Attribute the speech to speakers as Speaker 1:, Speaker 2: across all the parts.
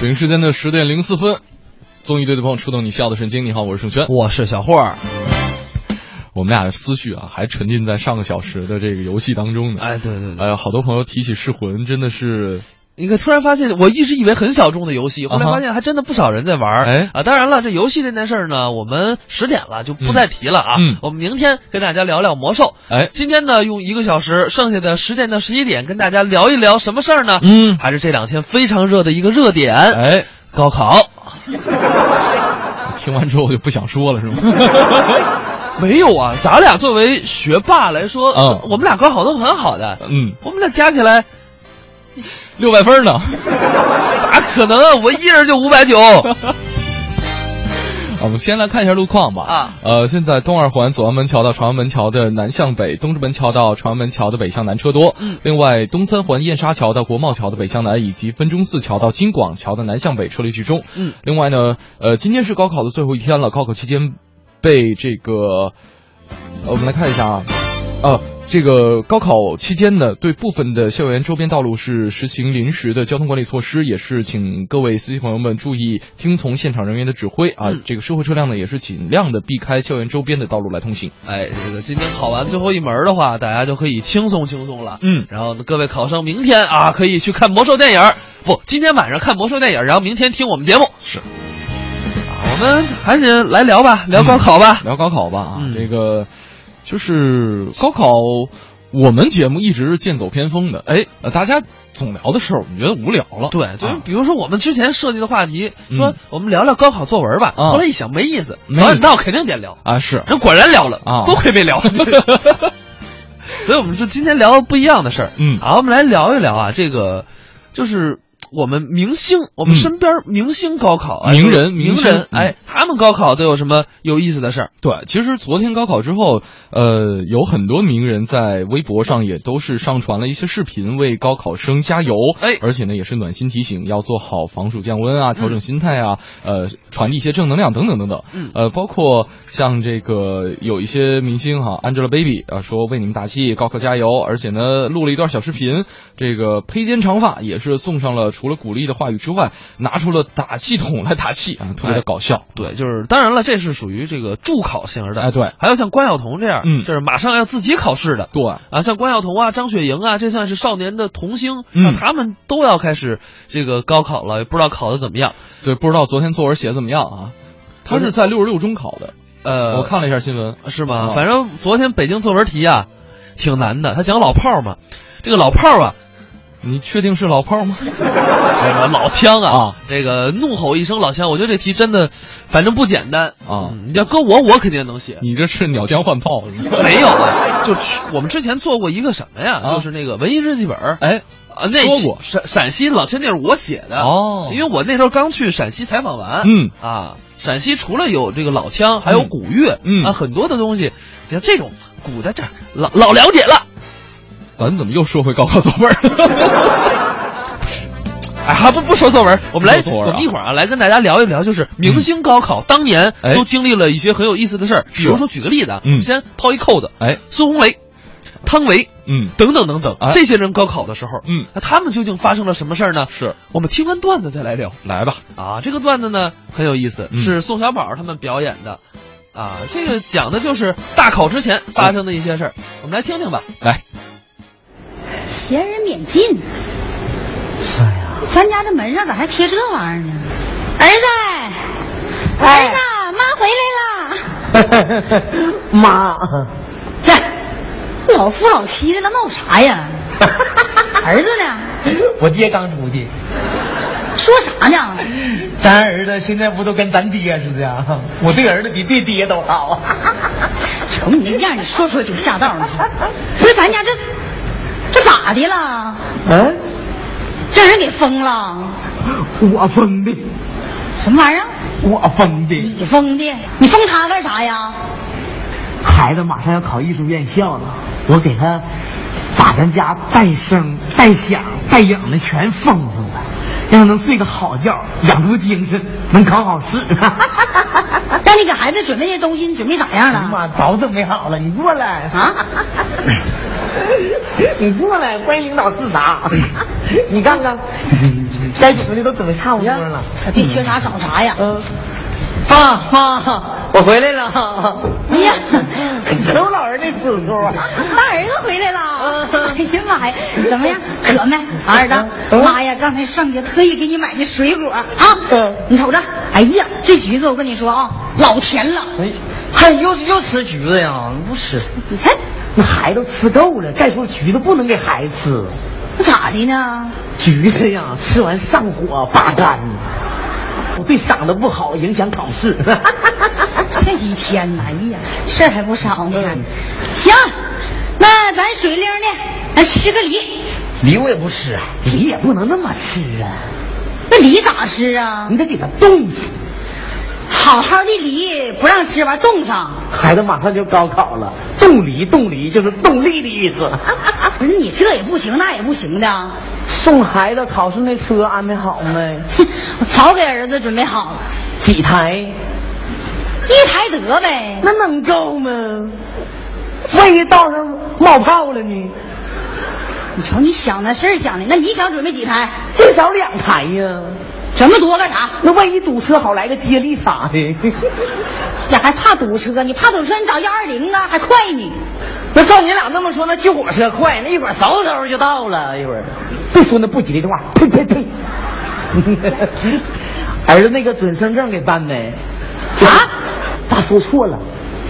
Speaker 1: 北京时间的十点零四分，综艺对对碰触动你笑的神经。你好，我是盛轩。
Speaker 2: 我是小霍儿。
Speaker 1: 我们俩的思绪啊，还沉浸在上个小时的这个游戏当中呢。
Speaker 2: 哎，对对对，
Speaker 1: 哎呀，好多朋友提起《噬魂》，真的是
Speaker 2: 你看，突然发现，我一直以为很小众的游戏，后来
Speaker 1: 啊哈
Speaker 2: 发现还真的不少人在玩儿。
Speaker 1: 哎
Speaker 2: 啊，当然了，这游戏这件事儿呢，我们十点了就不再提了啊。
Speaker 1: 嗯嗯
Speaker 2: 我们明天跟大家聊聊魔兽。
Speaker 1: 哎
Speaker 2: 今天呢，用一个小时，剩下的十点到十一点跟大家聊一聊什么事儿呢？
Speaker 1: 嗯
Speaker 2: 还是这两天非常热的一个热点，
Speaker 1: 哎，
Speaker 2: 高考。
Speaker 1: 听完之后我就不想说了，是吗？
Speaker 2: 没有啊，咱俩作为学霸来说，
Speaker 1: 嗯
Speaker 2: 我们俩高考都很好的，
Speaker 1: 嗯，
Speaker 2: 我们俩加起来
Speaker 1: 六百分呢。
Speaker 2: 咋可能啊？我一人就五百九。
Speaker 1: 啊我们先来看一下路况吧。
Speaker 2: 啊，
Speaker 1: 呃，现在东二环左安门桥到朝阳门桥的南向北，东直门桥到朝阳门桥的北向南车多。
Speaker 2: 嗯
Speaker 1: 另外东三环燕莎桥到国贸桥的北向南，以及分钟寺桥到京广桥的南向北车流居中。
Speaker 2: 嗯，
Speaker 1: 另外呢，呃，今天是高考的最后一天了，高考期间被这个，呃我们来看一下啊，呃。这个高考期间呢，对部分的校园周边道路是实行临时的交通管理措施，也是请各位司机朋友们注意听从现场人员的指挥啊。
Speaker 2: 嗯
Speaker 1: 这个社会车辆呢，也是尽量的避开校园周边的道路来通行。
Speaker 2: 哎，这个今天考完最后一门儿的话，大家就可以轻松轻松了。
Speaker 1: 嗯，
Speaker 2: 然后呢各位考生明天啊，可以去看魔兽电影儿，不，今天晚上看魔兽电影儿，然后明天听我们节目。
Speaker 1: 是
Speaker 2: 啊，我们还是来聊吧，聊高考吧。
Speaker 1: 聊高考吧啊，
Speaker 2: 嗯
Speaker 1: 这个就是高考，我们节目一直是剑走偏锋的，哎，呃大家总聊的事儿，我们觉得无聊了。
Speaker 2: 对，就是
Speaker 1: 啊
Speaker 2: 比如说我们之前设计的话题，
Speaker 1: 嗯
Speaker 2: 说我们聊聊高考作文吧。
Speaker 1: 啊
Speaker 2: 后来一想没意思，
Speaker 1: 没
Speaker 2: 早
Speaker 1: 意
Speaker 2: 晚
Speaker 1: 思
Speaker 2: 到肯定得聊，
Speaker 1: 啊是，
Speaker 2: 人果然聊了
Speaker 1: 啊
Speaker 2: 多亏没聊。 所以我们说今天聊不一样的事儿。
Speaker 1: 嗯
Speaker 2: 好，我们来聊一聊啊，这个就是我们明星，我们
Speaker 1: 嗯
Speaker 2: 身边明星高考，哎
Speaker 1: 名人
Speaker 2: 名
Speaker 1: 明星
Speaker 2: 人
Speaker 1: 嗯，
Speaker 2: 哎，他们高考都有什么有意思的事儿？
Speaker 1: 对，其实昨天高考之后，呃，有很多名人在微博上也都是上传了一些视频，为高考生加油。
Speaker 2: 哎
Speaker 1: 而且呢，也是暖心提醒，要做好防暑降温啊，调整心态啊，呃，传递一些正能量等等等等。
Speaker 2: 嗯
Speaker 1: 呃，包括像这个有一些明星哈、a n g e l a b a b y 啊、说为你们打气，高考加油。而且呢，录了一段小视频，这个披肩长发也是送上了除了鼓励的话语之外，拿出了打气筒来打气啊，特别的搞笑。
Speaker 2: 哎对，就是当然了，这是属于这个助考型儿的。
Speaker 1: 哎，对
Speaker 2: 还有像关晓彤这样，
Speaker 1: 嗯
Speaker 2: 就是马上要自己考试的。
Speaker 1: 对，
Speaker 2: 啊，像关晓彤啊、张雪迎啊，这算是少年的童星，
Speaker 1: 嗯
Speaker 2: 那他们都要开始这个高考了，也不知道考的怎么样。
Speaker 1: 对，不知道昨天作文写得怎么样啊？他
Speaker 2: 我
Speaker 1: 是
Speaker 2: 是
Speaker 1: 在六十六中考的，
Speaker 2: 呃，
Speaker 1: 我看了一下新闻。
Speaker 2: 是吗？
Speaker 1: 哦
Speaker 2: 反正昨天北京作文题啊，挺难的。他讲老炮儿嘛，这个老炮儿啊，
Speaker 1: 你确定是老炮吗？
Speaker 2: 这个老枪啊，
Speaker 1: 啊
Speaker 2: 这个怒吼一声老枪，我觉得这题真的，反正不简单
Speaker 1: 啊
Speaker 2: 嗯要搁我，我肯定能写。
Speaker 1: 你这是鸟枪换炮是吗？
Speaker 2: 没有啊，就去我们之前做过一个什么呀？
Speaker 1: 啊
Speaker 2: 就是那个文艺日记本儿
Speaker 1: 哎，
Speaker 2: 啊，那
Speaker 1: 说过
Speaker 2: 陕陕西老枪那是我写的
Speaker 1: 哦
Speaker 2: 因为我那时候刚去陕西采访完，
Speaker 1: 嗯
Speaker 2: 啊，陕西除了有这个老腔，还有古乐，
Speaker 1: 嗯嗯
Speaker 2: 啊，很多的东西，你像这种古在这儿老老了解了，
Speaker 1: 咱怎么又说回高考作文了？
Speaker 2: 哎，还不不说作文，我们来，
Speaker 1: 不说作文啊
Speaker 2: 我们一会儿啊来跟大家聊一聊，就是明星高考、当年
Speaker 1: 哎
Speaker 2: 都经历了一些很有意思的事儿，比如
Speaker 1: 是
Speaker 2: 说举个例子啊，
Speaker 1: 嗯
Speaker 2: 先抛一扣子，
Speaker 1: 哎，
Speaker 2: 苏红雷、汤唯
Speaker 1: 嗯
Speaker 2: 等等等等，
Speaker 1: 哎
Speaker 2: 这些人高考的时候，
Speaker 1: 嗯，
Speaker 2: 那他们究竟发生了什么事儿呢？
Speaker 1: 是，
Speaker 2: 我们听完段子再来聊。
Speaker 1: 来吧，
Speaker 2: 啊，这个段子呢很有意思，
Speaker 1: 嗯
Speaker 2: 是宋小宝他们表演的，啊，这个讲的就是大考之前发生的一些事儿，我们来听听吧。
Speaker 1: 来，
Speaker 3: 闲人免进。
Speaker 4: 哎
Speaker 3: 咱家这门上咋还贴这玩意儿呢？儿子，
Speaker 4: 哎
Speaker 3: 儿子，妈回来了。
Speaker 4: 妈，
Speaker 3: 这老夫老妻的了，闹啥哎 呀？儿子呢？
Speaker 4: 我爹刚出去，
Speaker 3: 说啥呢？
Speaker 4: 咱儿子现在不都跟咱爹似的啊？我对儿子比对爹都 好啊！
Speaker 3: 瞅你那样，你说说就下道你说不是咱家这这咋的了？
Speaker 4: 嗯，
Speaker 3: 让人给封了？
Speaker 4: 我疯的，
Speaker 3: 什么玩意儿？
Speaker 4: 我疯的，
Speaker 3: 你封的？你封他干啥呀？
Speaker 4: 孩子马上要考艺术院校了，我给他把咱家带声、带响、带影的全封上了，让他能睡个好觉，养出精神，能考好试。啊
Speaker 3: 让你给孩子准备这东西，你准备咋样了？
Speaker 4: 妈，早准备好了，你过来
Speaker 3: 啊？
Speaker 4: 你过来，关于领导是啥？你看看，该等的都等的差不多了。
Speaker 3: 可别缺啥少啥呀！
Speaker 4: 嗯，爸妈，我回来了。
Speaker 3: 哎 呀，
Speaker 4: 瞅老人那指头啊！
Speaker 3: 大儿子回来 了！
Speaker 4: 嗯
Speaker 3: 哎呀妈呀，怎么样，渴没？儿子，
Speaker 4: 嗯
Speaker 3: 妈呀，刚才上去特意给你买的水果啊
Speaker 4: 嗯，
Speaker 3: 你瞅着，哎呀，这橘子我跟你说啊，老甜了！
Speaker 4: 哎，还又又吃橘子呀？不吃，
Speaker 3: 你看
Speaker 4: 哎那孩子吃够了。再说橘子不能给孩子吃，
Speaker 3: 那咋的呢？
Speaker 4: 橘子呀，吃完上火拔干，对嗓子不好，影响考试。
Speaker 3: 这几天呢，哎呀，事儿还不少呢。
Speaker 4: 嗯
Speaker 3: 行，那咱水灵的，咱吃个梨。
Speaker 4: 梨我也不吃啊，梨也不能那么吃啊，
Speaker 3: 那梨咋吃啊
Speaker 4: 你？得给它冻死。
Speaker 3: 好好的梨不让吃，完冻上。
Speaker 4: 孩子马上就高考了，冻梨冻梨就是动力的意 思。
Speaker 3: 不是你这也不行，那也不行的。
Speaker 4: 送孩子考试那车安排好没？
Speaker 3: 哼 我早给儿子准备好了，
Speaker 4: 几台？
Speaker 3: 一台得呗。
Speaker 4: 那能够吗？万一道上冒泡了呢？
Speaker 3: 你瞅你想那事儿想的，那你想准备几台？
Speaker 4: 最少两台呀。
Speaker 3: 这么多干啥？
Speaker 4: 那万一堵车，好来个接力啥的。
Speaker 3: 呀，还怕堵车？你怕堵车，你找幺二零呢，还快呢。
Speaker 4: 那照你俩那么说，那救火车快，那一会儿嗖嗖就到了，一会儿。别说那不吉利的话，呸呸呸！ 儿子那个准生证给办没？
Speaker 3: 啊，
Speaker 4: 爸说错了，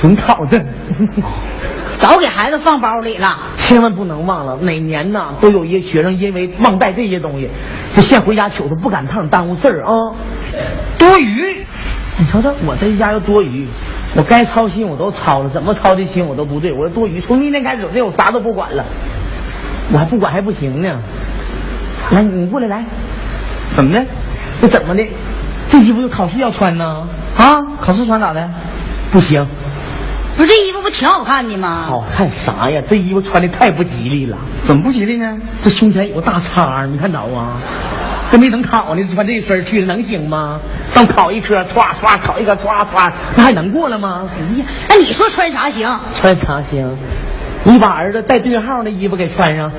Speaker 4: 准考证。
Speaker 3: 早给孩子放包里了。
Speaker 4: 千万不能忘了，每年呐都有一些学生因为忘带这些东西，就现回家糗都不敢碰，耽误事儿啊。多余，你瞅瞅我这一家就多余，我该操心我都操了，怎么操的心我都不对，我多余。从今天开始，这我啥都不管了，我还不管还不行呢。来，你过来来，怎么的？这怎么的？这衣服就考试要穿呢？啊，考试穿咋的？不行，
Speaker 3: 不是这衣服不挺好看的吗？
Speaker 4: 啊好看啥呀？这衣服穿的太不吉利了。
Speaker 5: 怎么不吉利呢？
Speaker 4: 这胸前有个大叉儿，你看着啊？这没等考呢，穿这身儿去能行吗？上考一科，歘歘考一科，歘歘，那还能过了吗？
Speaker 3: 哎呀，那你说穿啥行？
Speaker 4: 穿啥行？你把儿子带对号的衣服给穿上，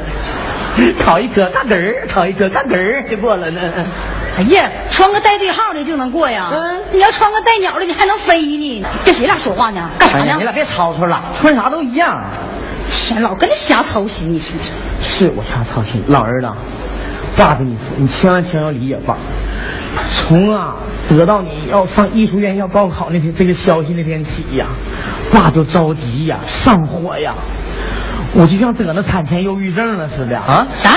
Speaker 4: 考一科嘎嘣儿，考一科嘎嘣儿就过了呢。
Speaker 3: 哎呀，穿个带对号的就能过呀。
Speaker 4: 嗯
Speaker 3: 你要穿个带鸟的，你还能飞呢。跟谁俩说话呢？干啥
Speaker 4: 哎呀
Speaker 3: 呢？
Speaker 4: 你俩别吵吵了，穿啥都一样。
Speaker 3: 天，老跟你瞎操心，你是不是？
Speaker 4: 是我瞎操心，老儿子，爸跟你说，你千万千万要理解爸。从啊得到你要上艺术院要高考那天这个消息那天起呀、爸就着急呀、上火呀，我就像得了产前忧郁症了似的啊！
Speaker 3: 啥？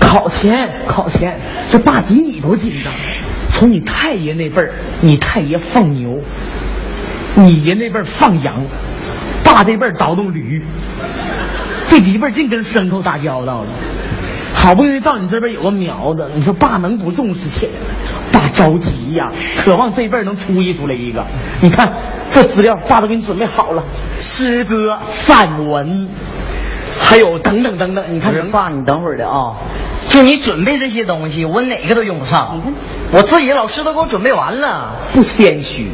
Speaker 4: 考前考前，这爸比你都紧张。从你太爷那辈儿，你太爷放牛，你爷那辈儿放羊，爸这辈儿倒动驴，这几辈儿净跟牲口打交道了。好不容易到你这边有个苗子，你说爸能不重视起来吗？爸着急呀、渴望这辈儿能出一出来一个。你看这资料，爸都给你准备好了，诗歌、散文，还有等等等等。你看
Speaker 5: 不是
Speaker 4: 人
Speaker 5: 爸，你等会儿的啊。就你准备这些东西，我哪个都用不上。我自己老师都给我准备完了。
Speaker 4: 不谦虚，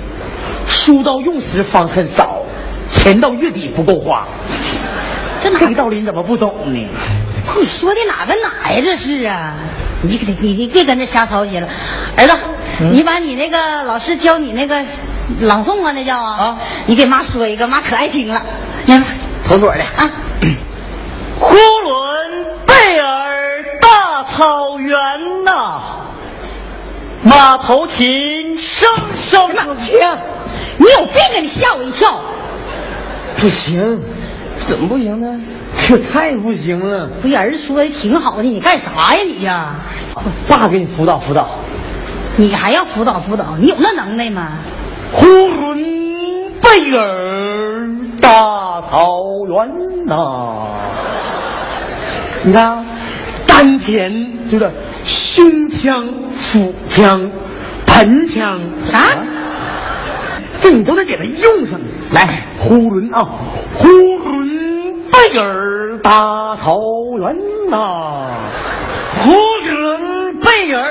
Speaker 4: 书到用时方恨少，钱到月底不够花。
Speaker 3: 这哪
Speaker 4: 这个道理你怎么不懂呢？
Speaker 3: 你说的哪跟哪呀？这是啊，你你你你别跟着瞎操心了，儿子，
Speaker 4: 嗯
Speaker 3: 你把你那个老师教你那个朗诵啊，那叫啊，
Speaker 5: 啊
Speaker 3: 你给妈说一个，妈可爱听了。你看
Speaker 5: 妥妥的。
Speaker 3: 啊，
Speaker 5: 呼伦贝尔大草原呐、马头琴声声入天。
Speaker 3: 你有病啊！你吓我一跳。
Speaker 4: 不行，
Speaker 5: 怎么不行呢？
Speaker 4: 这太不行了。
Speaker 3: 不是儿子说的挺好的，你干啥呀你呀？
Speaker 4: 爸给你辅导辅导。
Speaker 3: 你还要辅导辅导？你有那能耐吗？
Speaker 5: 呼伦贝尔大草原呐、
Speaker 4: 你看啊，丹田就是胸腔、腹腔、盆腔，
Speaker 3: 啥？
Speaker 4: 这你都得给它用上。来，呼伦啊，
Speaker 5: 呼伦贝尔大草原呐、呼伦贝尔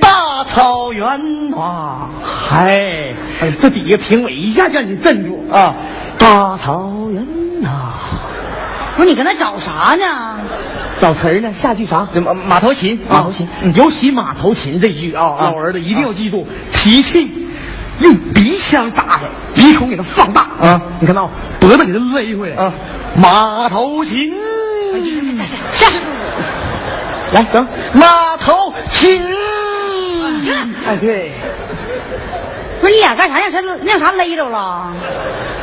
Speaker 5: 大草原呐、
Speaker 4: 嗨，哎这底下评委一下叫你镇住啊！
Speaker 5: 大草原呐、
Speaker 3: 不是你跟他找啥呢？
Speaker 4: 老词儿呢？下句啥？
Speaker 5: 马马头琴，啊嗯
Speaker 4: 马头琴，
Speaker 5: 尤其马头琴这一句啊，
Speaker 4: 啊
Speaker 5: 老儿子一定要记住，提气，用鼻腔打开，鼻孔给它放大
Speaker 4: 啊
Speaker 5: 你看到吗脖子给它勒回来
Speaker 4: 啊，哎
Speaker 5: 马头琴，
Speaker 3: 下，
Speaker 5: 来等马头琴，
Speaker 3: 行了，
Speaker 4: 哎，对，
Speaker 3: 不是你俩干啥？让啥让啥勒着了？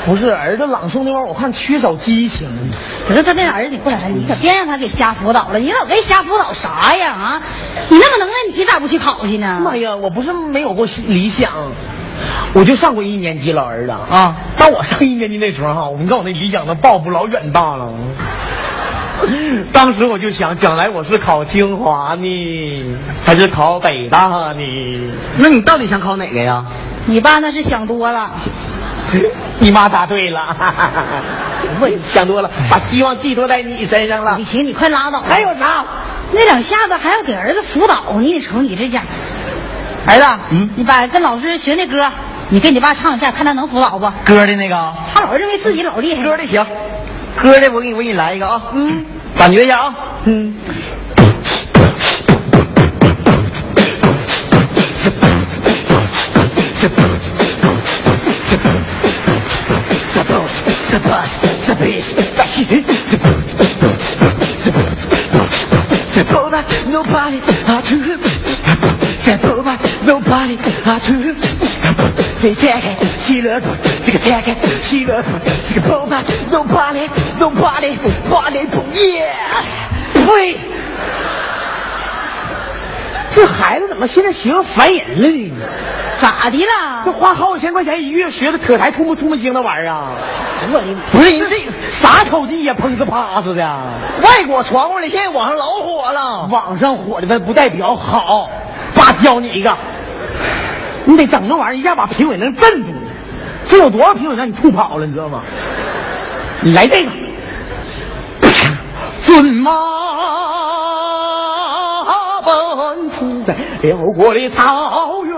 Speaker 4: 不是儿子朗诵那玩意儿，我看缺少激情。
Speaker 3: 可是他那儿子，你过来，你可别让他给瞎辅导了。你老给瞎辅导啥呀？啊，你那么能耐，你咋不去考去呢？
Speaker 4: 妈呀，我不是没有过理想，我就上过一年级，老儿子
Speaker 5: 啊。
Speaker 4: 当我上一年级那时候哈，我你看我那理想的抱负老远大了。当时我就想，将来我是考清华呢，还是考北大呢？
Speaker 5: 那你到底想考哪个呀？
Speaker 3: 你爸那是想多了。
Speaker 4: 你妈答对了， 我想多了，把希望寄托在你身上了
Speaker 3: 李。晴，你快拉倒吧！
Speaker 4: 还有啥？
Speaker 3: 那两下子还要给儿子辅导，你得瞅你这家伙。儿子，
Speaker 4: 嗯
Speaker 3: 你把跟老师学那歌，你跟你爸唱一下，看他能辅导不？
Speaker 4: 歌的那个，
Speaker 3: 他老认为自己老厉害了。
Speaker 4: 歌的行，歌的我给你我给你来一个啊，嗯，感觉一下啊，嗯。
Speaker 5: Nobody I do Said nobody, nobody I do Say jacket, she look Take a jacket, she look Take a boba, nobody, nobody Body, yeah
Speaker 4: 呸！这孩子怎么现在学烦人了呢？
Speaker 3: 咋的了
Speaker 4: 这？花好几千块钱一月学的，可还吐沫吐沫星那玩意儿啊？
Speaker 3: 我的妈！
Speaker 4: 不是你这啥口技呀，砰呲啪呲的。
Speaker 5: 外国传过来，现在网上老火了。
Speaker 4: 网上火的，它不代表好。爸教你一个，你得整那玩意儿，一下把评委能镇住你。这有多少评委让你吐跑了，你知道吗？你 来这个，
Speaker 5: 骏马奔驰在辽国的草原，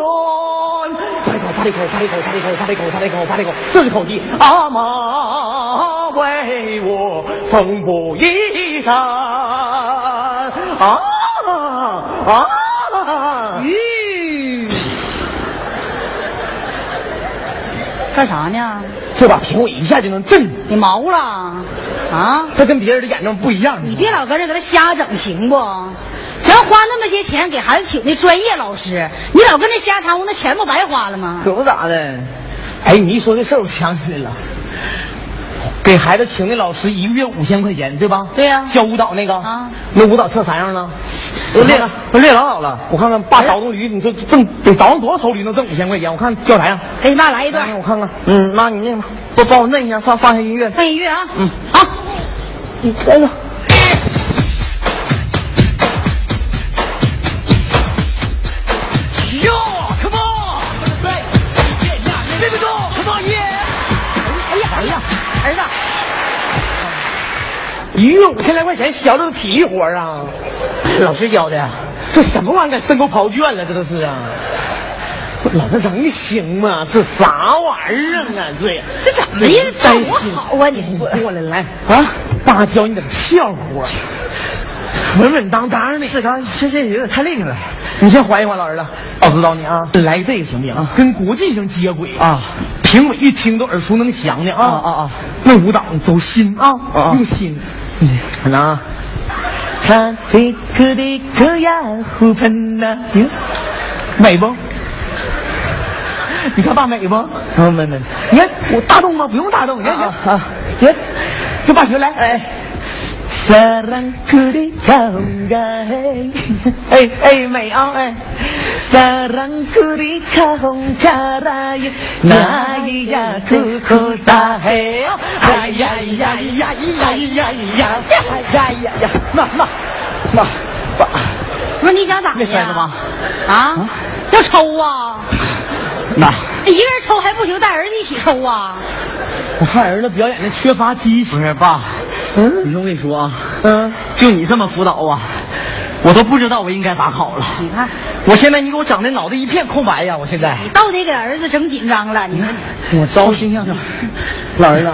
Speaker 4: 八里口，八里口，八里口，八里口，八里口，八里口，八里口，
Speaker 5: 这是口技。阿妈为我缝补衣裳，啊啊！
Speaker 3: 干啥呢？
Speaker 4: 这把评委一下就能镇住。
Speaker 3: 你毛了？啊？
Speaker 4: 他跟别人的眼睛不一样，
Speaker 3: 你别老搁这搁这瞎整行不？咱花那么些钱给孩子请那专业老师，你老跟那瞎掺和，那钱不白花了吗？
Speaker 4: 可不咋的。啊哎，你一说这事儿，我想起来了。给孩子请的老师一个月五千块钱，对吧？
Speaker 3: 对呀
Speaker 4: 教舞蹈那个
Speaker 3: 啊，
Speaker 4: 那舞蹈跳啥样呢？
Speaker 5: 我
Speaker 4: 我
Speaker 5: 练
Speaker 4: 练
Speaker 5: 了
Speaker 4: 了，
Speaker 5: 我练老好了。
Speaker 4: 我
Speaker 3: 哎
Speaker 4: 看看，爸倒腾驴，你说挣得倒腾多少头驴能挣五千块钱？我看叫啥样？
Speaker 3: 给你爸来一
Speaker 4: 哎，我
Speaker 3: 段，
Speaker 4: 看看。嗯，妈，你那个帮帮我弄一下，放放下音乐。
Speaker 3: 放音乐啊。
Speaker 4: 嗯，
Speaker 3: 好。
Speaker 4: 你哎呀，
Speaker 5: Yo, come on! Here we go! Come on, yeah!
Speaker 3: 哎呀，哎呀，儿子，
Speaker 4: 一个月五千来块钱，学这是体力活啊？ 老师教的，这什么玩意儿？深沟刨圈了，这都是啊！我老子能行吗？这啥玩意儿啊？这
Speaker 3: 这怎么的？照
Speaker 4: 真
Speaker 3: 我
Speaker 4: 是
Speaker 3: 好啊，你是
Speaker 4: 过来来啊！爸教你点窍活，稳稳当当的。是刚，这这有点太累了。你先缓一缓，老儿子，我指导你啊。来这个行不行？跟国际性接轨啊！评委一听都耳熟能详的啊
Speaker 5: 啊啊！
Speaker 4: 那舞蹈你走心啊
Speaker 5: 啊啊
Speaker 4: 用心。看啊，看这个的个呀，呼喷呐，美不？你看爸美不？啊，美美。你看我大动吗？不用大动，你看
Speaker 5: 啊
Speaker 4: 啊，你看，跟爸学来。哎。Sarangku di kahongkai Eh, eh, mày on eh Sarangku di kahongkarai Naya ku ku ta he Ay, ay, ay, ay, ay, ay, ay Ay, ay, ay Mà, mà, mà, mà
Speaker 3: 不是你想咋的
Speaker 4: 没摔着
Speaker 3: 呀
Speaker 4: 吧？
Speaker 3: 啊，要抽啊！
Speaker 4: Mà
Speaker 3: 一个人抽还不行，带儿子一起抽啊！
Speaker 4: 我 看儿子表演的缺乏激情。不是哎爸，嗯，你听我跟你说啊，嗯，就你这么辅导啊，我都不知道我应该咋考了。
Speaker 3: 你看，
Speaker 4: 我现在你给我整的脑袋一片空白呀！我现在
Speaker 3: 你到底给儿子整紧张了，你看
Speaker 4: 我糟心呀，老儿子，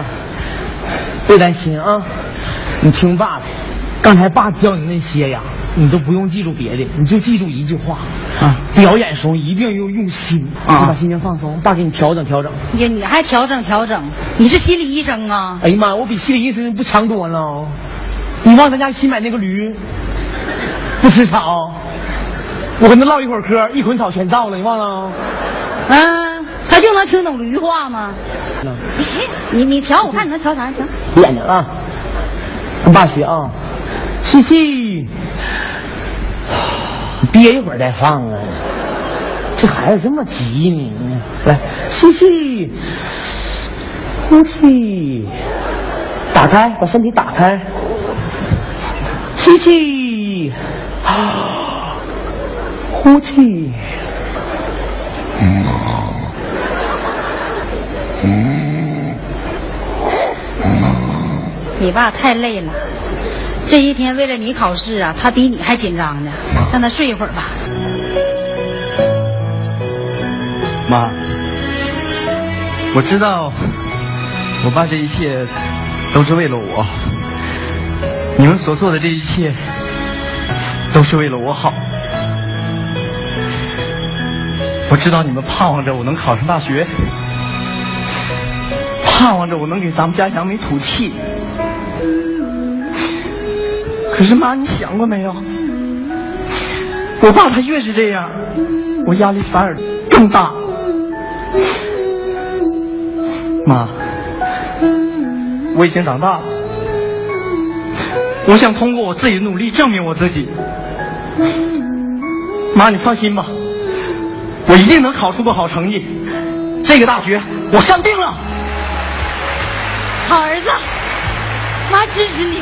Speaker 4: 别担心啊，你听爸的，刚才爸教你那些呀，你都不用记住别的，你就记住一句话啊：表演时候一定要用心
Speaker 5: 啊
Speaker 4: 你把心情放松，爸给你调整调整。
Speaker 3: 呀，你还调整调整？你是心理医生啊？
Speaker 4: 哎呀妈，我比心理医生不强多了。哦你忘咱家新买那个驴，不吃草，我跟他唠一会儿嗑，一捆草全到了，你忘了？
Speaker 3: 嗯，他就能听懂驴话吗？你你调，我看你能调啥行？
Speaker 4: 眼睛啊，跟爸学啊，吸气，憋一会儿再放啊。这孩子这么急呢？来，吸气，呼气，打开，把身体打开，吸气，啊呼气。
Speaker 3: 你爸太累了，这些天为了你考试啊，他比你还紧张呢。让他睡一会儿吧。
Speaker 5: 妈，我知道，我爸这一切都是为了我，你们所做的这一切都是为了我好。我知道你们盼望着我能考上大学，盼望着我能给咱们家扬眉吐气。可是妈，你想过没有？我爸他越是这样，我压力反而更大。妈，啊我已经长大了，我想通过我自己的努力证明我自己。妈，你放心吧，我一定能考出个好成绩。这个大学我上定了。
Speaker 3: 好儿子，妈支持你。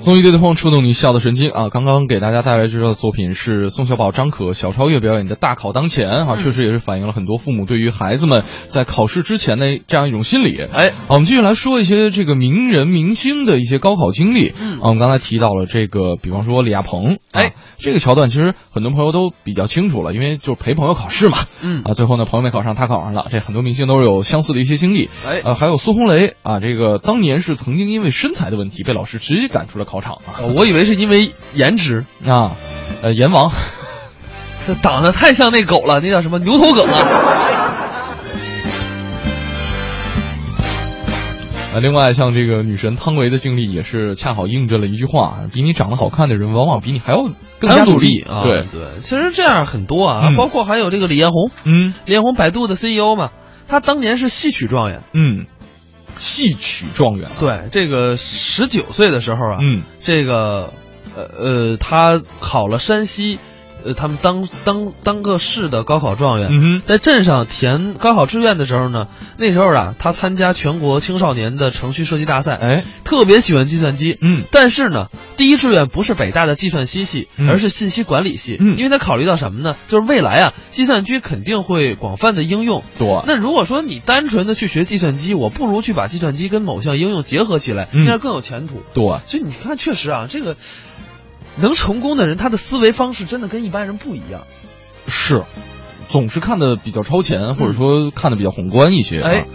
Speaker 1: 综艺对对碰触动你笑的神经啊！刚刚给大家带来这首作品是宋小宝、张可、小超越表演的《大考当前》啊，
Speaker 2: 嗯
Speaker 1: 确实也是反映了很多父母对于孩子们在考试之前的这样一种心理。
Speaker 2: 哎
Speaker 1: 啊，我们继续来说一些这个名人明星的一些高考经历。
Speaker 2: 嗯
Speaker 1: 啊，我们刚才提到了这个，比方说李亚鹏，啊
Speaker 2: 哎，
Speaker 1: 这个桥段其实很多朋友都比较清楚了，因为就是陪朋友考试嘛。
Speaker 2: 嗯
Speaker 1: 啊，最后呢，朋友没考上，他考上了。这很多明星都是有相似的一些经历。
Speaker 2: 哎
Speaker 1: 呃，还有苏红雷啊，这个当年是曾经因为身材的问题被老师直接赶出了考场啊。
Speaker 2: 呃我以为是因为颜值，
Speaker 1: 啊，呃，阎王，
Speaker 2: 这长得太像那狗了，那叫什么牛头梗啊？
Speaker 1: 呃，另外像这个女神汤唯的经历也是恰好印证了一句话：比你长得好看的人，往往比你还要更
Speaker 2: 还
Speaker 1: 加
Speaker 2: 有
Speaker 1: 努
Speaker 2: 努力啊！
Speaker 1: 对，
Speaker 2: 对，其实这样很多啊，
Speaker 1: 嗯
Speaker 2: 包括还有这个李彦宏，
Speaker 1: 嗯
Speaker 2: 李彦宏百度的 CEO 嘛，他当年是戏曲状元，
Speaker 1: 嗯，戏曲状元，啊
Speaker 2: 对，这个十九岁的时候啊，
Speaker 1: 嗯
Speaker 2: 这个呃呃，他考了山西，呃，他们当当当个市的高考状元。
Speaker 1: 嗯哼，
Speaker 2: 在镇上填高考志愿的时候呢，那时候啊，他参加全国青少年的程序设计大赛，
Speaker 1: 哎，
Speaker 2: 特别喜欢计算机。
Speaker 1: 嗯
Speaker 2: 但是呢，第一志愿不是北大的计算机系，
Speaker 1: 嗯
Speaker 2: 而是信息管理系。
Speaker 1: 嗯
Speaker 2: 因为他考虑到什么呢？就是未来啊，计算机肯定会广泛的应用。
Speaker 1: 对，
Speaker 2: 那如果说你单纯的去学计算机，我不如去把计算机跟某项应用结合起来，
Speaker 1: 嗯
Speaker 2: 那样更有前途。
Speaker 1: 对，
Speaker 2: 所以你看，确实啊，这个能成功的人，他的思维方式真的跟一般人不一样。
Speaker 1: 是，总是看的比较超前，或者说看的比较宏观一些。
Speaker 2: 嗯哎
Speaker 1: 啊，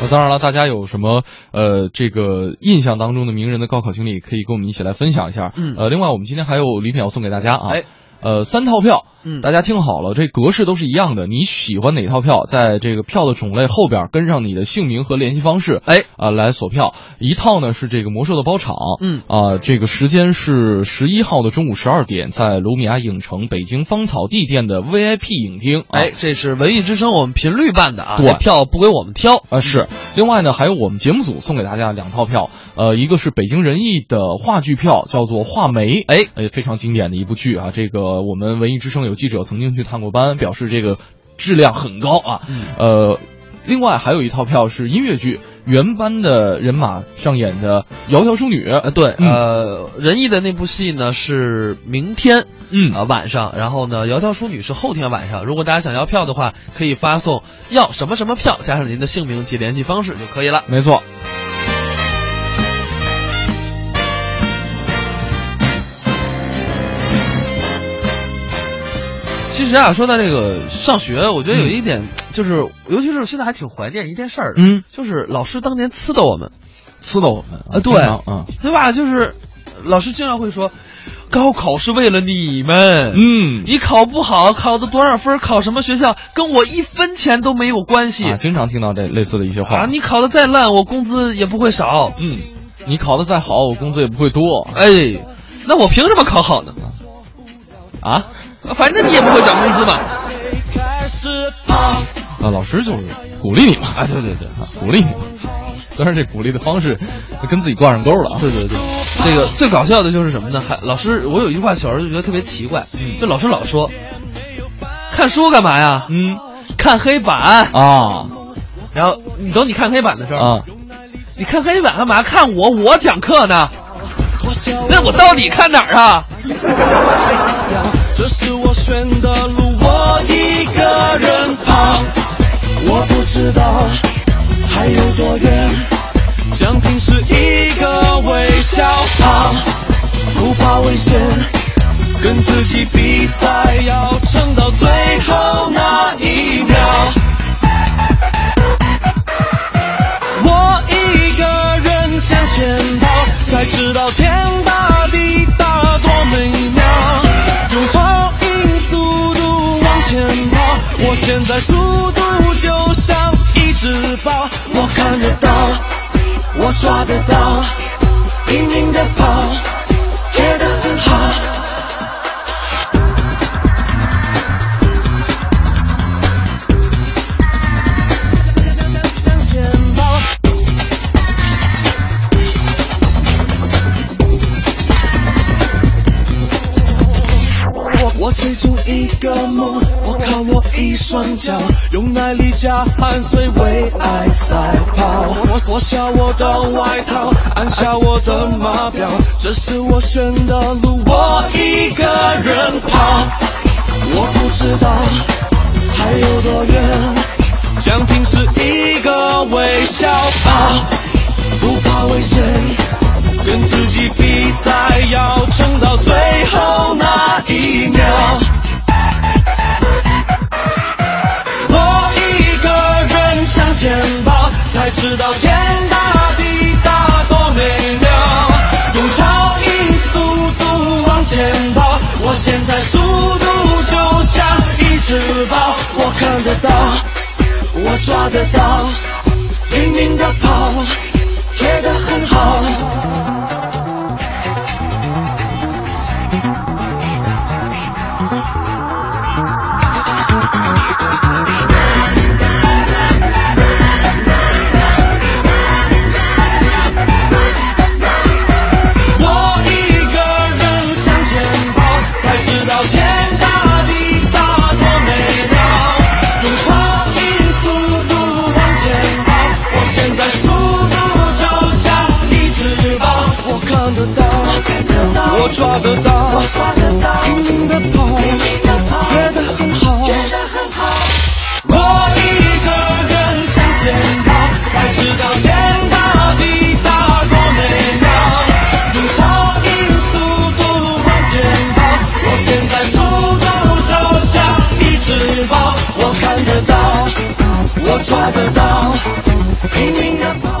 Speaker 1: 呃当然了，大家有什么呃这个印象当中的名人的高考经历，可以跟我们一起来分享一下。
Speaker 2: 嗯
Speaker 1: 呃，另外我们今天还有礼品要送给大家啊。
Speaker 2: 哎。
Speaker 1: 呃，三套票，
Speaker 2: 嗯
Speaker 1: 大家听好了，这格式都是一样的。你喜欢哪套票，在这个票的种类后边跟上你的姓名和联系方式，
Speaker 2: 哎，
Speaker 1: 啊、来索票。一套呢是这个魔兽的包场，
Speaker 2: 嗯
Speaker 1: 啊、这个时间是十一号的中午十二点，在卢米亚影城北京芳草地店的 VIP 影厅。啊
Speaker 2: 哎，，这是文艺之声我们频率办的啊，
Speaker 1: 对
Speaker 2: 这票不归我们挑。
Speaker 1: 啊，是。另外呢，还有我们节目组送给大家两套票，呃，一个是北京人艺的话剧票，叫做《画眉》，哎，呃，非常经典的一部剧啊。这个我们文艺之声有记者曾经去探过班，表示这个质量很高啊。
Speaker 2: 嗯
Speaker 1: 呃，另外还有一套票是音乐剧，原班的人马上演的《窈窕淑女》。
Speaker 2: 呃，对，
Speaker 1: 嗯
Speaker 2: 呃，仁义的那部戏呢是明天，
Speaker 1: 嗯
Speaker 2: 啊晚上，然后呢，窈窕淑女是后天晚上。如果大家想要票的话，可以发送要什么什么票，加上您的姓名及联系方式就可以了。
Speaker 1: 没错。
Speaker 2: 其实啊，说到这个上学，我觉得有一点就是，尤其是我现在还挺怀念一件事儿的，
Speaker 1: 嗯，
Speaker 2: 就是老师当年呲的我们，
Speaker 1: 刺到我们
Speaker 2: 啊，对
Speaker 1: 经常嗯，
Speaker 2: 对吧？就是老师经常会说，高考是为了你们，
Speaker 1: 嗯
Speaker 2: 你考不好，考的多少分，考什么学校，跟我一分钱都没有关系
Speaker 1: 啊，经常听到这类似的一些话
Speaker 2: 啊！你考的再烂，我工资也不会少，
Speaker 1: 嗯，你考的再好，我工资也不会多。
Speaker 2: 哎，那我凭什么考好呢？啊，反正你也不会涨工资嘛。
Speaker 1: 啊，老师就是鼓励你嘛，
Speaker 2: 啊，对对对，
Speaker 1: 啊鼓励你。虽然这鼓励的方式跟自己挂上钩了啊，
Speaker 2: 对对对，这个最搞笑的就是什么呢？还老师，我有一句话小时候就觉得特别奇怪，就老师老说，看书干嘛呀？
Speaker 1: 嗯
Speaker 2: 看黑板。
Speaker 1: 啊
Speaker 2: 然后你等你看黑板的时候，
Speaker 1: 啊，
Speaker 2: 你看黑板干嘛？看我，我讲课呢。那我到底看哪儿啊？
Speaker 6: 这是我选的路，我一个人跑，我不知道还有多远，将平时一个微笑啊，不怕危险，跟自己比赛，要撑到最后那一秒。我一个人向前跑，才知道天大地大多美妙。用超音速度往前跑，我现在速度就像一只豹，我看得到，我抓得到，拼命的跑，觉得很好。我追逐一个梦，我靠我一双脚，用耐力加汗水为爱赛跑。我脱下我的外套，按下我的码表，这是我选的路，我一个人跑。我不知道还有多远，将平时一个微笑吧，不怕危险。跟自己比赛，要撑到最后那一秒。我一个人向前跑，才知道天大地大多美妙。用超音速度往前跑，我现在速度就像一只豹，我看得到，我抓得到，拼命的跑，觉得很好。我一个人向前跑，才知道天大地大多美妙。用超音速度往前跑，我现在速度就像一只豹，我看得到，我抓得到，拼命的跑，觉得很好。我一个人向前跑，才知道天大地大多美妙。用超音速度往前跑，我现在速度就像一只豹，我看得到，我抓得到，拼命的跑。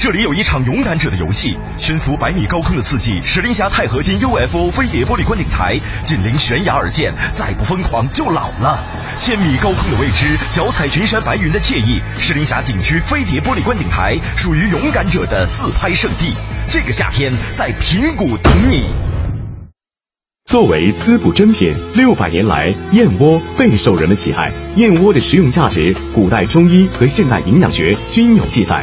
Speaker 7: 这里有一场勇敢者的游戏，悬浮百米高空的刺激，石林峡钛合金 UFO 飞碟玻璃观景台，紧邻悬崖而建，再不疯狂就老了。千米高空的未知，脚踩群山白云的惬意，石林峡景区飞碟玻璃观景台属于勇敢者的自拍圣地。这个夏天在平谷等你。
Speaker 8: 作为滋补珍品，六百年来燕窝备受人们喜爱。燕窝的食用价值，古代中医和现代营养学均有记载。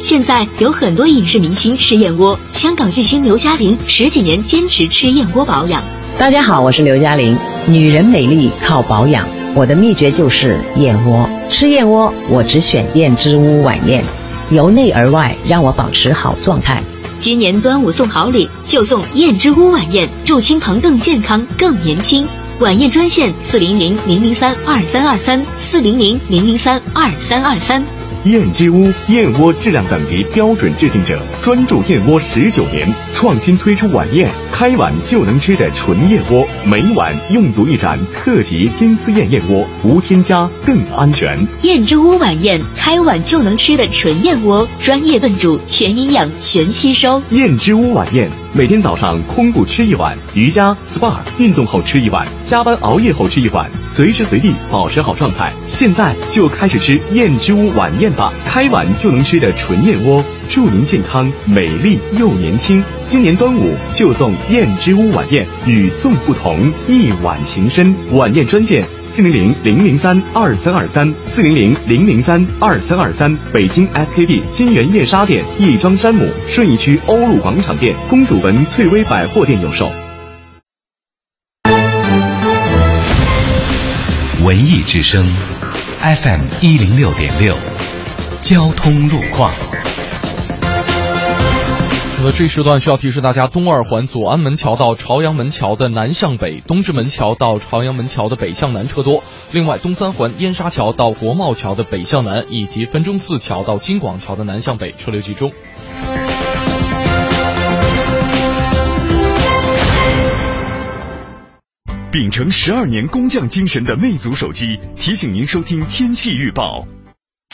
Speaker 9: 现在有很多影视明星吃燕窝，香港巨星刘嘉玲十几年坚持吃燕窝保养。
Speaker 10: 大家好，我是刘嘉玲。女人美丽靠保养，我的秘诀就是燕窝。吃燕窝，我只选燕之屋晚宴，由内而外让我保持好状态。
Speaker 9: 今年端午送好礼，就送燕之屋晚宴，祝亲朋更健康、更年轻。晚宴专线四零零零零三二三二三四零零零零三二三二三。
Speaker 8: 燕之屋燕窝质量等级标准制定者，专注燕窝十九年，创新推出晚宴，开碗就能吃的纯燕窝，每碗用足一盏特级金丝燕燕窝，无添加更安全。
Speaker 9: 燕之屋晚宴，开碗就能吃的纯燕窝，专业炖煮，全营养，全吸收。
Speaker 8: 燕之屋晚宴，每天早上空腹吃一碗，瑜伽、SPA、运动后吃一碗，加班熬夜后吃一碗，随时随地保持好状态。现在就开始吃燕之屋晚宴吧，开碗就能吃的纯燕窝，祝您健康、美丽又年轻。今年端午就送燕之屋晚宴，与众不同，一碗情深。晚宴专线。四零零零零三二三二三，四零零零零三二三二三，北京 SKP 金源燕莎店、亦庄山姆、顺义区欧陆广场店、公主坟翠微百货店有售。
Speaker 11: 文艺之声，FM 一零六点六，交通路况。
Speaker 1: 那么这时段需要提示大家，东二环左安门桥到朝阳门桥的南向北，东直门桥到朝阳门桥的北向南车多。另外，东三环燕莎桥到国贸桥的北向南，以及分钟寺桥到金广桥的南向北车流集中。
Speaker 12: 秉承十二年工匠精神的魅族手机提醒您收听天气预报。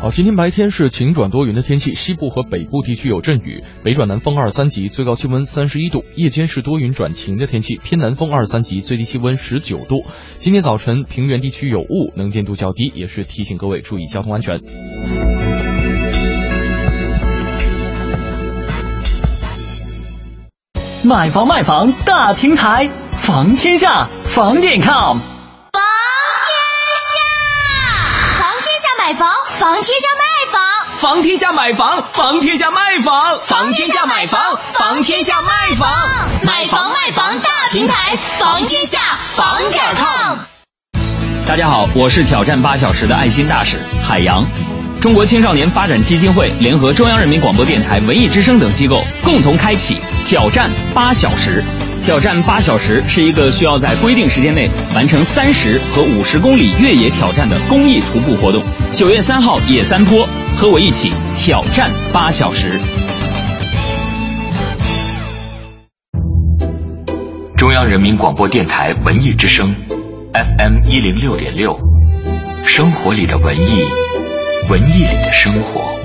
Speaker 1: 好，今天白天是晴转多云的天气，西部和北部地区有阵雨，北转南风二三级，最高气温三十一度；夜间是多云转晴的天气，偏南风二三级，最低气温十九度。今天早晨平原地区有雾，能见度较低，也是提醒各位注意交通安全。
Speaker 13: 买房卖房大平台，房天下，房点 com。
Speaker 6: 房天下买房，房天下卖房，
Speaker 14: 房天下买房，房天下卖房，房天下买房，房天下卖房，
Speaker 6: 买房卖房大平台，房天下房点儿 com。
Speaker 14: 大家好，我是挑战八小时的爱心大使海洋。中国青少年发展基金会联合中央人民广播电台、文艺之声等机构，共同开启“挑战八小时”。挑战八小时是一个需要在规定时间内完成三十和五十公里越野挑战的公益徒步活动。九月三号野三坡，和我一起挑战八小时。
Speaker 11: 中央人民广播电台文艺之声，FM 一零六点六，生活里的文艺，文艺里的生活。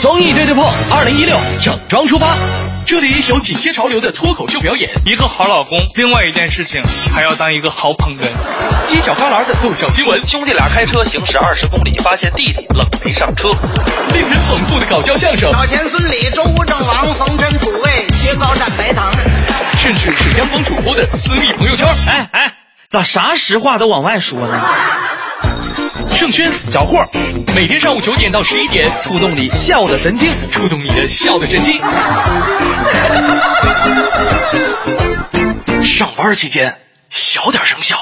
Speaker 15: 综艺对对碰，二零一六整装出发。
Speaker 2: 这里有紧贴潮流的脱口秀表演，一个好老公，另外一件事情还要当一个好捧哏。犄角旮旯的逗笑新闻，兄弟俩开车行驶二十公里，发现弟弟冷没上车。令人捧腹的搞笑相声，
Speaker 4: 老钱孙李周吴郑王冯陈楚卫薛高湛白糖，
Speaker 2: 甚至是央广主播的私密朋友圈。哎哎，咋啥实话都往外说呢？盛轩找货，每天上午九点到十一点，触动你笑的神经，触动你的笑的神经。上班期间小点声笑。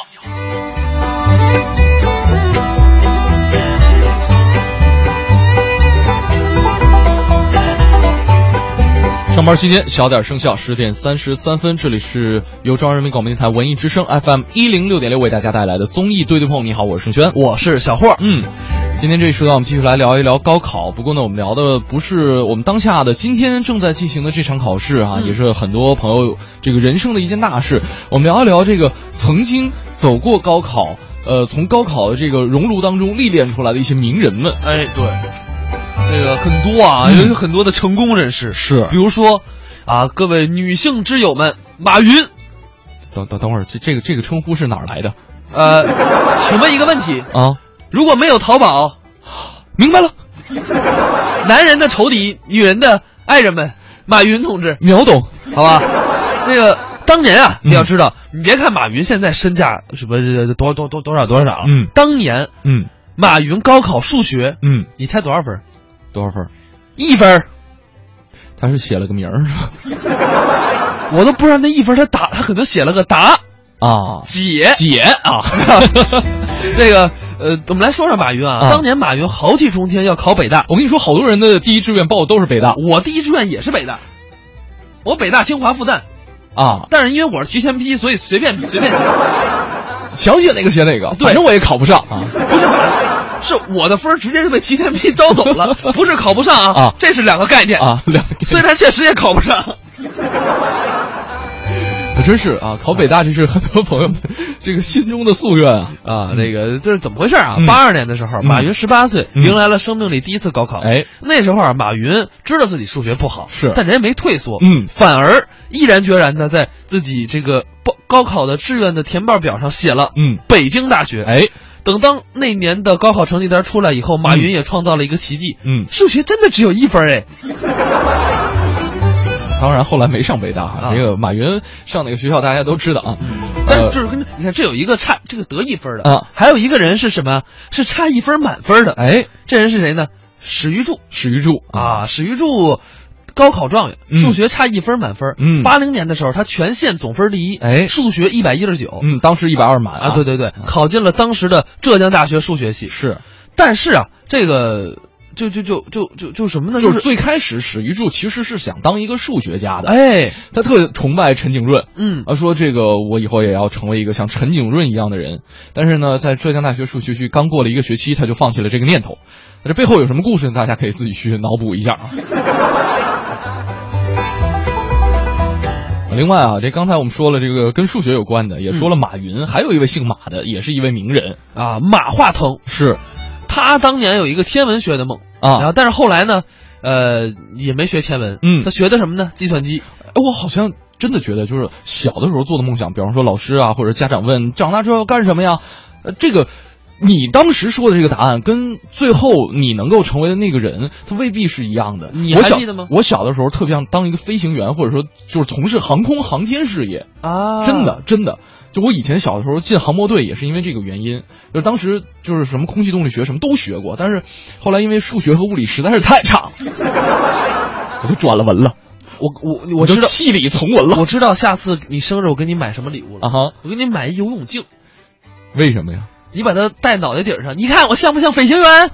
Speaker 1: 上班期间小点声效，十点三十三分，这里是由中央人民广播电台文艺之声 FM 一零六点六为大家带来的综艺对对碰。你好，我是盛轩，
Speaker 15: 我是小霍。
Speaker 1: 嗯，今天这一时段我们继续来聊一聊高考。不过呢，我们聊的不是我们当下的今天正在进行的这场考试
Speaker 2: 嗯
Speaker 1: 啊，也是很多朋友这个人生的一件大事。我们聊一聊这个曾经走过高考，呃，从高考的这个熔炉当中历练出来的一些名人们。
Speaker 15: 哎，对。
Speaker 2: 那个很多啊，
Speaker 1: 嗯
Speaker 2: 有有很多的成功人士，
Speaker 1: 是
Speaker 2: 比如说啊，各位女性之友们，马云，
Speaker 1: 等等等会儿，这这个这个称呼是哪儿来的
Speaker 2: 呃，请问一个问题，
Speaker 1: 啊？
Speaker 2: 如果没有淘宝，明白了，男人的仇敌，女人的爱人们，马云同志，
Speaker 1: 秒懂，嗯
Speaker 2: 好 吧？那个当年啊，你要知道，你别看马云现在身价什么呃多多多多少多少了，
Speaker 1: 嗯，
Speaker 2: 当年
Speaker 1: 嗯
Speaker 2: 马云高考数学，
Speaker 1: 嗯，
Speaker 2: 你猜多少分？
Speaker 1: 多少分？
Speaker 2: 一分儿。
Speaker 1: 他是写了个名儿是吧？
Speaker 2: 我都不知道那一分他打，他可能写了个答
Speaker 1: 啊，
Speaker 2: 解
Speaker 1: 解啊。
Speaker 2: 那个呃，我们来说说马云啊，
Speaker 1: 啊
Speaker 2: 当年马云豪气冲天要考北大，
Speaker 1: 我跟你说，好多人的第一志愿报的都是北大
Speaker 2: 我第一志愿也是北大，我北大、清华、复旦，
Speaker 1: 啊，
Speaker 2: 但是因为我是提前批，所以随便随便写，
Speaker 1: 想写哪个写哪个，反正我也考不上啊。
Speaker 2: 是我的分儿直接就被提前批招 走了，不是考不上啊，
Speaker 1: 啊
Speaker 2: 这是两个概念
Speaker 1: 啊两个概念
Speaker 2: 虽然确实也考不上，
Speaker 1: 可真是啊，考北大这是很多朋友们这个心中的夙愿啊
Speaker 2: 啊，那个这是怎么回事啊
Speaker 1: 嗯？
Speaker 2: 八二年的时候，
Speaker 1: 嗯
Speaker 2: 马云十八岁，
Speaker 1: 嗯
Speaker 2: 迎来了生命里第一次高考。
Speaker 1: 哎，
Speaker 2: 那时候啊，马云知道自己数学不好，
Speaker 1: 是
Speaker 2: 但人家没退缩，
Speaker 1: 嗯
Speaker 2: 反而毅然决然的在自己这个报高考的志愿的填报表上写了，
Speaker 1: 嗯，
Speaker 2: 北京大学。
Speaker 1: 哎，
Speaker 2: 等当那年的高考成绩单出来以后，马云也创造了一个奇迹，
Speaker 1: 嗯
Speaker 2: 数学真的只有一分哎，
Speaker 1: 当然后来没上北大啊，
Speaker 2: 啊嗯
Speaker 1: 这个马云上哪个学校大家都知道啊。
Speaker 2: 但是
Speaker 1: 呃
Speaker 2: 就是跟你看，这有一个差，这个得一分的
Speaker 1: 啊，
Speaker 2: 还有一个人是什么？是差一分满分的。
Speaker 1: 哎，
Speaker 2: 这人是谁呢？史玉柱
Speaker 1: 史玉柱
Speaker 2: 啊，史玉柱，高考状元，
Speaker 1: 嗯
Speaker 2: 数学差一分满分。
Speaker 1: 嗯
Speaker 2: 八零年的时候，他全县总分第一，
Speaker 1: 哎
Speaker 2: 数学一百一十九
Speaker 1: 嗯，当时一百二满嗯
Speaker 2: 啊，对对对，考进了当时的浙江大学数学系。
Speaker 1: 是，
Speaker 2: 但是啊，这个就就就就就就什么呢？
Speaker 1: 就是
Speaker 2: 是
Speaker 1: 最开始史玉柱其实是想当一个数学家的，
Speaker 2: 哎，
Speaker 1: 他特崇拜陈景润，
Speaker 2: 嗯
Speaker 1: 啊，说这个我以后也要成为一个像陈景润一样的人。但是呢，在浙江大学数学系刚过了一个学期，他就放弃了这个念头。那这背后有什么故事呢？大家可以自己去脑补一下啊。另外啊，这刚才我们说了这个跟数学有关的，也说了马云，还有一位姓马的，也是一位名人，
Speaker 2: 啊，马化腾
Speaker 1: 是
Speaker 2: 他当年有一个天文学的梦
Speaker 1: 啊
Speaker 2: 然后但是后来呢，呃，也没学天文，
Speaker 1: 嗯
Speaker 2: 他学的什么呢？计算机。
Speaker 1: 哎，我好像真的觉得，就是小的时候做的梦想，比方说老师啊，或者家长问长大之后要干什么呀，呃，这个你当时说的这个答案，跟最后你能够成为的那个人，他未必是一样的。
Speaker 2: 你
Speaker 1: 我
Speaker 2: 还
Speaker 1: 小
Speaker 2: 记得吗
Speaker 1: 我小的时候特别想当一个飞行员，或者说就是从事航空航天事业。
Speaker 2: 啊
Speaker 1: 真的，真的，就我以前小的时候进航模队也是因为这个原因，就是当时就是什么空气动力学什么都学过，但是后来因为数学和物理实在是太差了，我就转了文了，
Speaker 2: 我我
Speaker 1: 我
Speaker 2: 我
Speaker 1: 就
Speaker 2: 知道，
Speaker 1: 弃理从文了。
Speaker 2: 我知道下次你生日我给你买什么礼物了。
Speaker 1: 啊哈，
Speaker 2: 我给你买一游泳镜，
Speaker 1: 为什么呀？
Speaker 2: 你把它戴脑袋顶上，你看我像不像飞行员？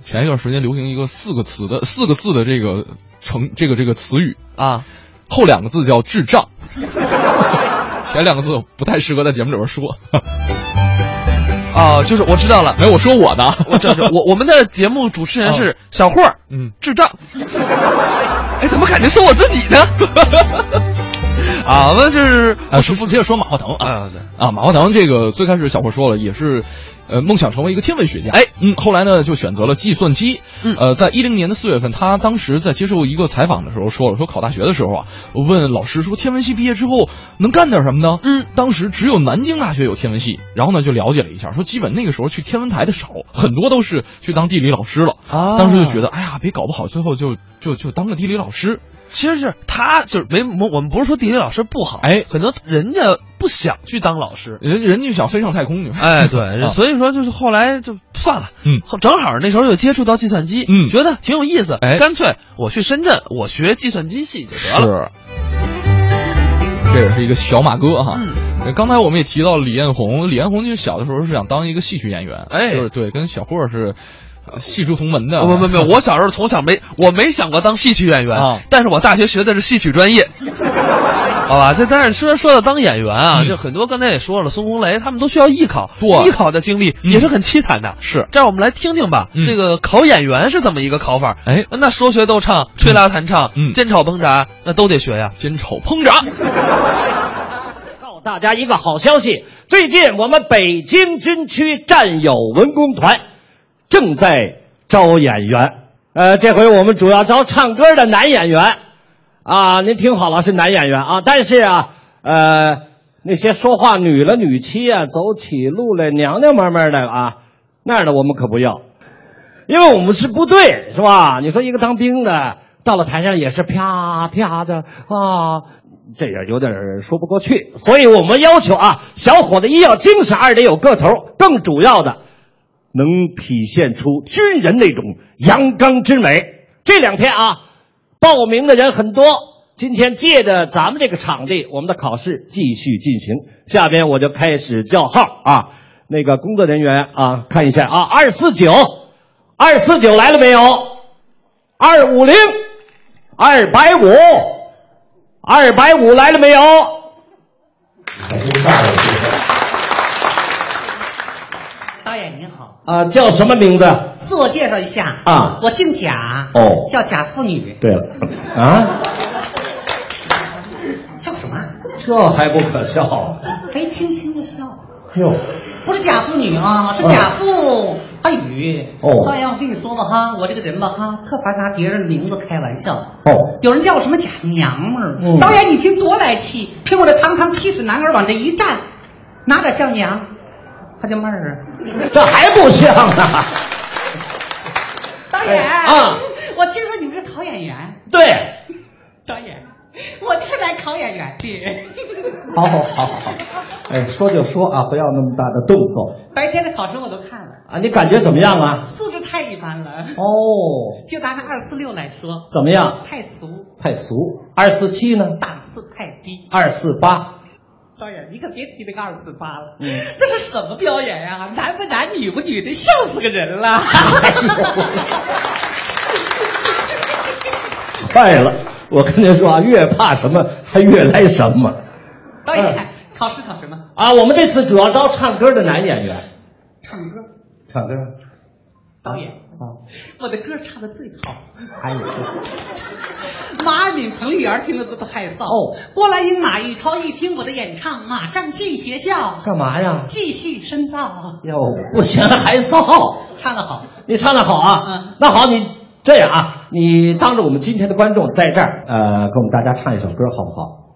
Speaker 1: 前一段时间流行一个四个词的四个字的这个成这个这个词语，
Speaker 2: 啊，
Speaker 1: 后两个字叫智障，前两个字不太适合在节目里边 说。
Speaker 2: 哦，就是我知道了。
Speaker 1: 没有，我说我的，
Speaker 2: 我这这我我们的呃节目主持人是小霍儿，
Speaker 1: 哦嗯
Speaker 2: 智障。哎，怎么感觉说我自己呢？啊，我们这是
Speaker 1: 啊，说接着说马化腾啊
Speaker 2: 啊，对
Speaker 1: 啊，马化腾这个最开始小霍说了，也是，呃，梦想成为一个天文学家。哎，嗯，后来呢就选择了计算机。
Speaker 2: 嗯
Speaker 1: 呃，在一零年的四月份，他当时在接受一个采访的时候说了，说考大学的时候啊，我问老师说天文系毕业之后能干点什么呢？
Speaker 2: 嗯，
Speaker 1: 当时只有南京大学有天文系，然后呢就了解了一下，说基本那个时候去天文台的少，很多都是去当地理老师了。
Speaker 2: 啊
Speaker 1: 当时就觉得，哎呀，别搞不好最后就就就当个地理老师。
Speaker 2: 其实是他就是没我我们不是说地理老师不好，
Speaker 1: 哎
Speaker 2: 可能人家不想去当老师。
Speaker 1: 人人家就想飞上太空 去。
Speaker 2: 哎，对，
Speaker 1: 啊
Speaker 2: 所以说就是后来就算了，
Speaker 1: 嗯，
Speaker 2: 正好那时候又接触到计算机，
Speaker 1: 嗯
Speaker 2: 觉得挺有意思，
Speaker 1: 哎
Speaker 2: 干脆我去深圳，我学计算机系就得了。
Speaker 1: 是，这也是一个小马哥哈。
Speaker 2: 嗯
Speaker 1: 呃刚才我们也提到李彦宏，李彦宏就小的时候是想当一个戏曲演员，
Speaker 2: 哎
Speaker 1: 就是对，跟小霍是呃戏出同门的。
Speaker 2: 不不不，我小时候从小没我没想过当戏曲演员，
Speaker 1: 啊
Speaker 2: 但是我大学学的是戏曲专业，好吧？这但是说说到当演员啊，
Speaker 1: 嗯
Speaker 2: 就很多刚才也说了，孙红雷他们都需要艺考，
Speaker 1: 对嗯
Speaker 2: 艺考的经历也是很凄惨的。
Speaker 1: 是
Speaker 2: 这样我们来听听吧，
Speaker 1: 嗯
Speaker 2: 这个考演员是怎么一个考法？
Speaker 1: 哎
Speaker 2: 那说学逗唱、吹拉弹唱、
Speaker 1: 嗯
Speaker 2: 煎炒烹炸，那都得学呀。
Speaker 1: 煎炒烹炸，
Speaker 16: 告诉大家一个好消息，最近我们北京军区战友文工团正在
Speaker 17: 招演员。呃，这回我们主要招唱歌的男演员，啊，您听好了，是男演员啊。但是啊，呃，那些说话女了女妻啊，走起路来娘娘们们的啊，那样的我们可不要，因为我们是部队，是吧？你说一个当兵的到了台上也是啪啪的啊，这也有点儿说不过去。所以我们要求啊，小伙子一要精神，二得有个头，更主要的能体现出军人那种阳刚之美。这两天啊，报名的人很多。今天借着咱们这个场地，我们的考试继续进行。下边我就开始叫号啊，那个工作人员啊，看一下啊，二四九，二四九来了没有？二五零，二百五，二百五来了没有？
Speaker 13: 导演您好，
Speaker 17: 啊，叫什么名字？
Speaker 13: 自我介绍一下
Speaker 17: 啊
Speaker 13: 我姓贾，
Speaker 17: 哦
Speaker 13: 叫贾妇女，
Speaker 17: 对了，啊，
Speaker 13: 叫什么啊？
Speaker 17: 这还不可笑？
Speaker 13: 没哎听清就笑，
Speaker 17: 哟，
Speaker 13: 不是贾妇女啊，是贾妇阿宇。
Speaker 17: 哦
Speaker 13: 导演，哎我跟你说吧哈，我这个人吧哈，特烦拿别人的名字开玩笑。
Speaker 17: 哦，
Speaker 13: 有人叫我什么贾娘们儿，导演你听多来气，凭我这堂堂七尺男儿往这一站，哪点像娘？他就妹儿啊！
Speaker 17: 这还不像呢。
Speaker 13: 导演
Speaker 17: 啊，
Speaker 13: 我听说你们是考演员，
Speaker 17: 对，
Speaker 13: 导演，我就是来考演员 的。
Speaker 17: 好好好好，哎，说就说啊，不要那么大的动作
Speaker 13: 白天的考生我都看了，
Speaker 17: 啊。你感觉怎么样啊？
Speaker 13: 素质太一般了。
Speaker 17: 哦，
Speaker 13: 就拿那二四六来说，
Speaker 17: 怎么样
Speaker 13: 太俗，
Speaker 17: 太俗。二四七呢？
Speaker 13: 档次太低。
Speaker 17: 二四八，
Speaker 13: 导演，你可别提那个二四八了，
Speaker 17: 嗯
Speaker 13: 那是什么表演呀、男不男，女不女的，笑死个人了。
Speaker 17: 坏了！我跟您说啊，越怕什么还越来什么
Speaker 13: 导演，
Speaker 17: 嗯
Speaker 13: 考试考什么？
Speaker 17: 啊。我们这次主要招唱歌的男演员，
Speaker 13: 唱歌。
Speaker 17: 唱歌。
Speaker 13: 导演，
Speaker 17: 啊
Speaker 13: 我的歌唱的最好，
Speaker 17: 还有
Speaker 13: 马敏、彭丽媛听的都害臊。哦，郭兰英、马玉超一听我的演唱，马上进学校，
Speaker 17: 干嘛呀？
Speaker 13: 继续深造。啊
Speaker 17: 哟，不行，还臊。
Speaker 13: 唱的好，
Speaker 17: 你唱的好啊。
Speaker 13: 嗯
Speaker 17: 那好，你这样啊，你当着我们今天的观众，在这儿呃，给我们大家唱一首歌，好不好？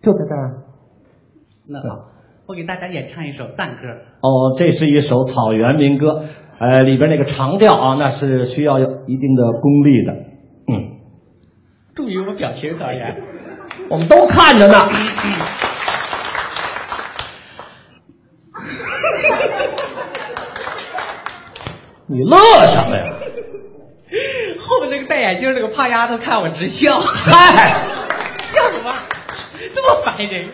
Speaker 17: 就在这儿。
Speaker 13: 那好，我给大家演唱一首赞歌。
Speaker 17: 哦，这是一首草原民歌，呃，里边那个长调啊，那是需要有一定的功力的。嗯，
Speaker 13: 注意我表情，导演。
Speaker 17: 我们都看着呢。 你乐什么呀？
Speaker 13: 后面那个戴眼镜那个胖丫头看我直笑，
Speaker 17: 嗨，
Speaker 13: 笑什么？这么烦人！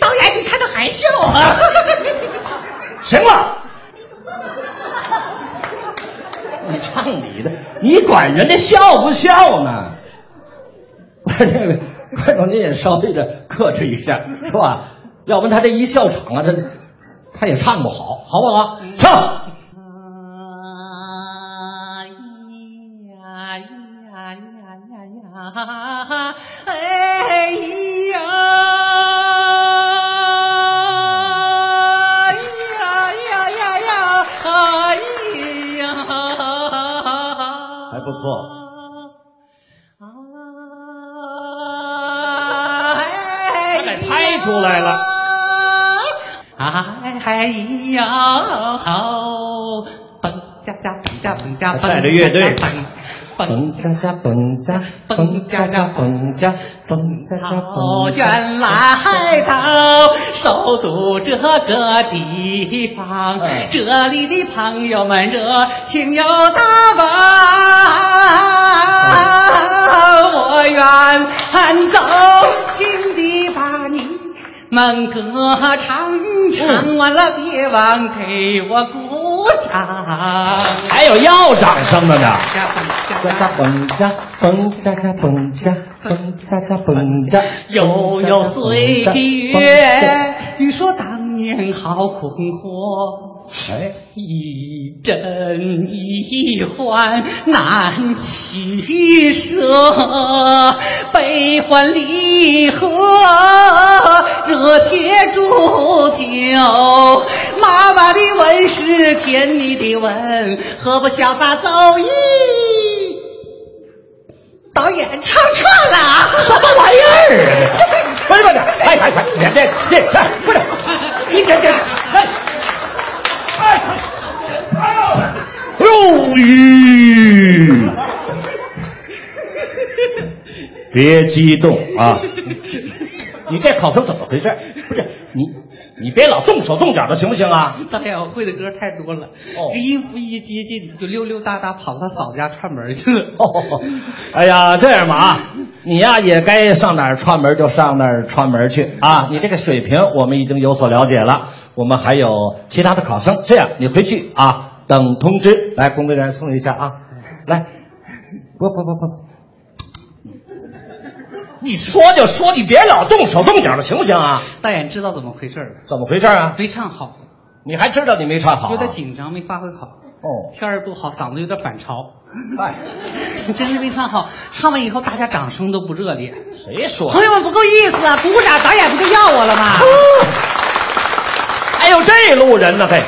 Speaker 13: 导演，你看他还笑 啊？
Speaker 17: 行了，你唱你的，你管人家笑不笑呢？我说那个观众您也稍微的克制一下，是吧？要不然他这一笑场啊，他他也唱不好，好不好？唱。
Speaker 13: 哎呀呀哎呀呀！哎呀呀呀呀呀！哎呀！
Speaker 17: 还不错。
Speaker 13: 他给拍出来了。哎呀，好！蹦加加蹦加蹦加蹦，
Speaker 17: 嗯带着乐队
Speaker 13: 蹦
Speaker 17: 蹦加加蹦加蹦加加蹦加蹦加加
Speaker 13: 草原来到首都这个地方，这里的朋友们热情又大方。我愿走心地把你们歌唱，
Speaker 17: 哦
Speaker 13: 唱完了别忘给我鼓掌。
Speaker 17: 还有要掌声的呢。
Speaker 13: 加
Speaker 17: 加蹦加蹦加加蹦加蹦加加蹦加，
Speaker 13: 悠悠岁月，你说当年好困惑，哎，一真一幻难取舍，悲欢离合，热切煮酒，妈妈的吻是甜蜜的吻，何不潇洒走一？导演唱串了啊，
Speaker 17: 什么玩意儿？快点快点，哎哎哎，这这这，快点，你这这，哎。
Speaker 18: 肉欲， 别激动啊！
Speaker 17: 你这口头怎么回事？不是你，你别老动手动脚的，行不行啊？
Speaker 13: 导演，哎我会的歌太多了，
Speaker 17: 哦
Speaker 13: 这音符一接近就溜溜达达跑他嫂子家串门去了。
Speaker 17: 哎呀，这样吧啊，你呀、也该上哪儿串门就上哪儿串门去啊！你这个水平我们已经有所了解了，我们还有其他的考生。这样，你回去啊，等通知。来，工作人员送一下啊，来，不不不不，你说就说，你别老动手动脚的，行不行啊？
Speaker 13: 导演知道怎么回事了？
Speaker 17: 怎么回事啊？
Speaker 13: 没唱好，
Speaker 17: 你还知道你没唱好、
Speaker 13: 有
Speaker 17: 啊
Speaker 13: 点？紧张，没发挥好。
Speaker 17: 哦，
Speaker 13: 天儿不好，嗓子有点反潮。哎，你 真是没唱好，唱完以后大家掌声都不热烈。
Speaker 17: 谁说
Speaker 13: 朋友们不够意思啊！鼓掌，导演不就要我了吗？
Speaker 17: 哎呦，这路人呢，嘿，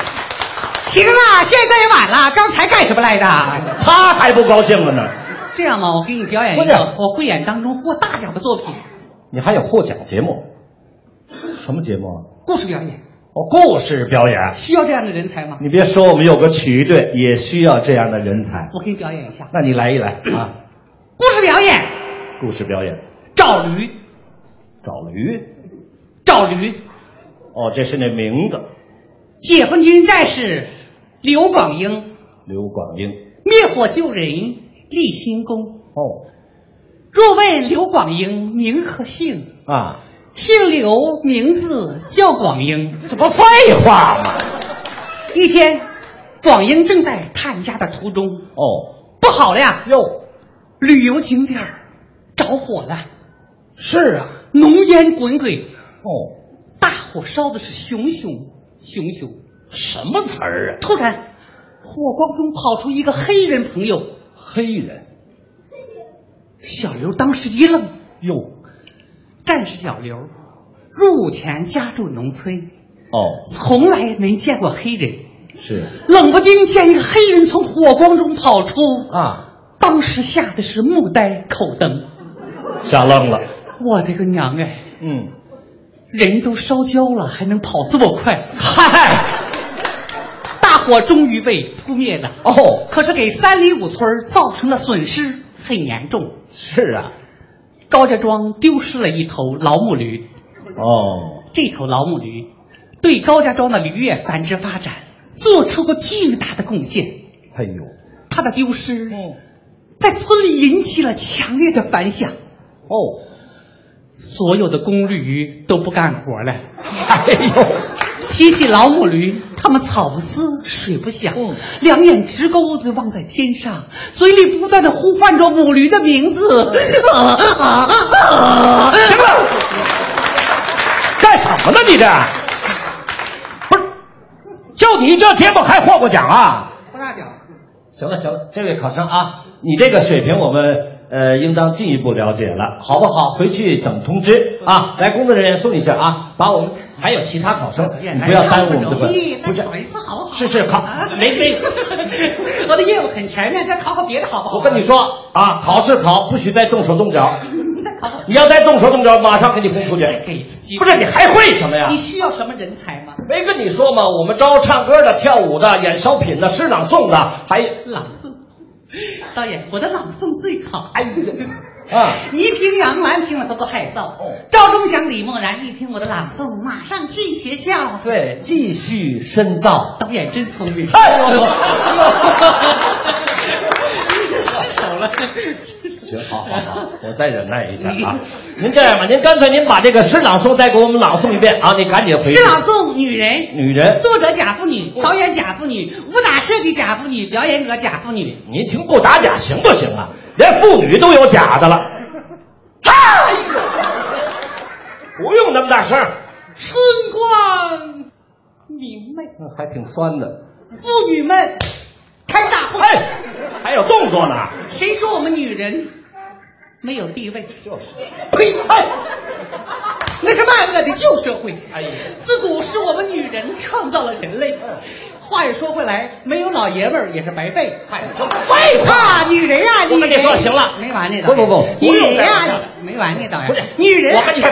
Speaker 13: 行啊，现在也晚了，刚才干什么来着？
Speaker 17: 他还不高兴了呢。
Speaker 13: 这样吧，我给你表演一
Speaker 17: 不是
Speaker 13: 个我汇演当中获大奖的作品
Speaker 17: 你还有获奖节目？什么节目啊？
Speaker 13: ——故事表演，
Speaker 17: 哦，故事表演。
Speaker 13: 需要这样的人才吗？
Speaker 17: 你别说，我们有个曲艺队也需要这样的人才。
Speaker 13: 我给你表演一下
Speaker 17: 那你来一来啊，
Speaker 13: 故事表演。
Speaker 17: 故事表演。
Speaker 13: 赵驴，
Speaker 17: 找驴。
Speaker 13: 赵驴，
Speaker 17: 哦，这是那名字，
Speaker 13: 解放军战士刘广英，
Speaker 17: 刘广英。
Speaker 13: 灭火救人立新功。
Speaker 17: 哦，
Speaker 13: 若问刘广英名和姓，
Speaker 17: 啊，
Speaker 13: 姓刘，名字叫广英。
Speaker 17: 这不废话吗？
Speaker 13: 一天，广英正在探家的途中，
Speaker 17: 哦，
Speaker 13: 不好了呀！
Speaker 17: 哟，
Speaker 13: 旅游景点儿着火了，
Speaker 17: 是啊，
Speaker 13: 浓烟滚滚，
Speaker 17: 哦，
Speaker 13: 大火烧的是熊熊熊熊。
Speaker 17: 什么词儿啊？
Speaker 13: 突然，火光中跑出一个黑人朋友，
Speaker 17: 黑人。
Speaker 13: 小刘当时一愣。
Speaker 17: 哟，
Speaker 13: 战士小刘入伍前家住农村，
Speaker 17: 哦，
Speaker 13: 从来没见过黑人。
Speaker 17: 是
Speaker 13: 冷不丁见一个黑人从火光中跑出，
Speaker 17: 啊，
Speaker 13: 当时吓得是目呆口瞪。
Speaker 17: 吓愣了。
Speaker 13: 我的个娘哎！
Speaker 17: 嗯，
Speaker 13: 人都烧焦了，还能跑这么快？嗨！大火终于被扑灭了。
Speaker 17: 哦，
Speaker 13: 可是给三里五村儿造成了损失很严重。
Speaker 17: 是啊，
Speaker 13: 高家庄丢失了一头老母驴，
Speaker 17: 哦，
Speaker 13: 这头老母驴对高家庄的驴业繁殖发展做出过巨大的贡献。
Speaker 17: 哎呦，嗯
Speaker 13: 它的丢失，在村里引起了强烈的反响。
Speaker 17: 哦，
Speaker 13: 所有的公驴都不干活了。
Speaker 17: 哎呦，
Speaker 13: 提起老母驴，它们草不思，水不想，两眼直勾的望在天上，嘴里不断的呼唤着母驴的名字。啊啊啊！
Speaker 17: 行了，干什么呢？你这不是，就你这节目还获过奖啊？
Speaker 13: 不大奖。
Speaker 17: 行了行了，这位考生啊，你这个水平我们呃应当进一步了解了，好不好？回去等通知啊。来，工作人员送一下啊，把我们还有其他考生，
Speaker 13: 哎
Speaker 17: 你不要耽误我们的本。
Speaker 13: 不是，考一次好不好？啊
Speaker 17: 是是考没没，
Speaker 13: 我的业务很全面，再考考别的好不好？
Speaker 17: 我跟你说啊，考试考不许再动手动脚，
Speaker 13: 再考考
Speaker 17: 你要再动手动脚，马上给你轰出去。
Speaker 13: 哎
Speaker 17: 不是你还会什么呀
Speaker 13: 你？需要什么人才吗？
Speaker 17: 没跟你说吗？我们招唱歌的、跳舞的、演小品的、诗朗诵的，还
Speaker 13: 朗诵。导演，我的朗诵最好。
Speaker 17: 哎呀，啊，
Speaker 13: 倪萍、杨澜听了他都害臊。
Speaker 17: 哦
Speaker 13: 赵忠祥、李默然一听我的朗诵，马上进学校。
Speaker 17: 对，继续深造。
Speaker 13: 导演真聪明。
Speaker 17: 哎呦，
Speaker 13: 失手了。
Speaker 17: 行，好好好，我再忍耐一下啊。您这样吧，您干脆您把这个诗朗诵再给我们朗诵一遍啊！你赶紧回去。
Speaker 13: 诗朗诵，女人。
Speaker 17: 女人
Speaker 13: 作者假妇女，导演假妇女，武打设计假妇女，表演者假妇女。
Speaker 17: 您听不打假行不行啊？连妇女都有假的了。哎呦，不用那么大声。
Speaker 13: 春光明白。
Speaker 17: 还挺酸的。
Speaker 13: 妇女们，开始大会。
Speaker 17: 还有动作呢，
Speaker 13: 谁说我们女人没有地位？就是，呸！哎那是万恶的旧社会。
Speaker 17: 哎呀，
Speaker 13: 自古是我们女人创造了人类。
Speaker 17: 嗯
Speaker 13: 话又说回来，没有老爷们儿也是白费。嗨，废话，女人啊，
Speaker 17: 我跟你
Speaker 13: 女人
Speaker 17: 说行了
Speaker 13: 没完呢，
Speaker 17: 不不不
Speaker 13: 女人啊
Speaker 17: 不用
Speaker 13: 呀，没完呢，导
Speaker 17: 不是
Speaker 13: 演，女人啊，
Speaker 17: 我跟你说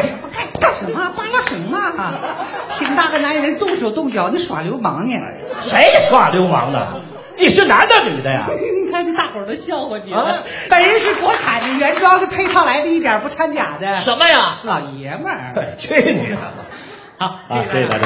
Speaker 13: 干什么？扒拉什么啊？挺大个男人动手动脚的耍流氓呢？
Speaker 17: 谁耍流氓呢？你是男的女的呀？
Speaker 13: 你看大伙儿都笑话你了。本人是国产的原装的配套来的，一点不掺假的。
Speaker 17: 什么呀
Speaker 13: 老爷们儿，
Speaker 17: 去你的！啊，谢谢大家。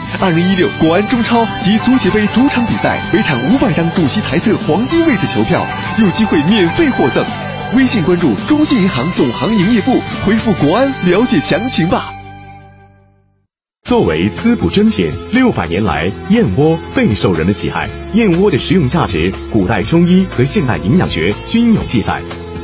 Speaker 8: 二零一六国安中超及足协杯主场比赛，每场五百张主席台侧黄金位置球票，有机会免费获赠。微信关注中信银行总行营业部，回复“国安”了解详情吧。
Speaker 19: 作为滋补珍品，六百年来燕窝备受人们喜爱。燕窝的食用价值，古代中医和现代营养学均有记载。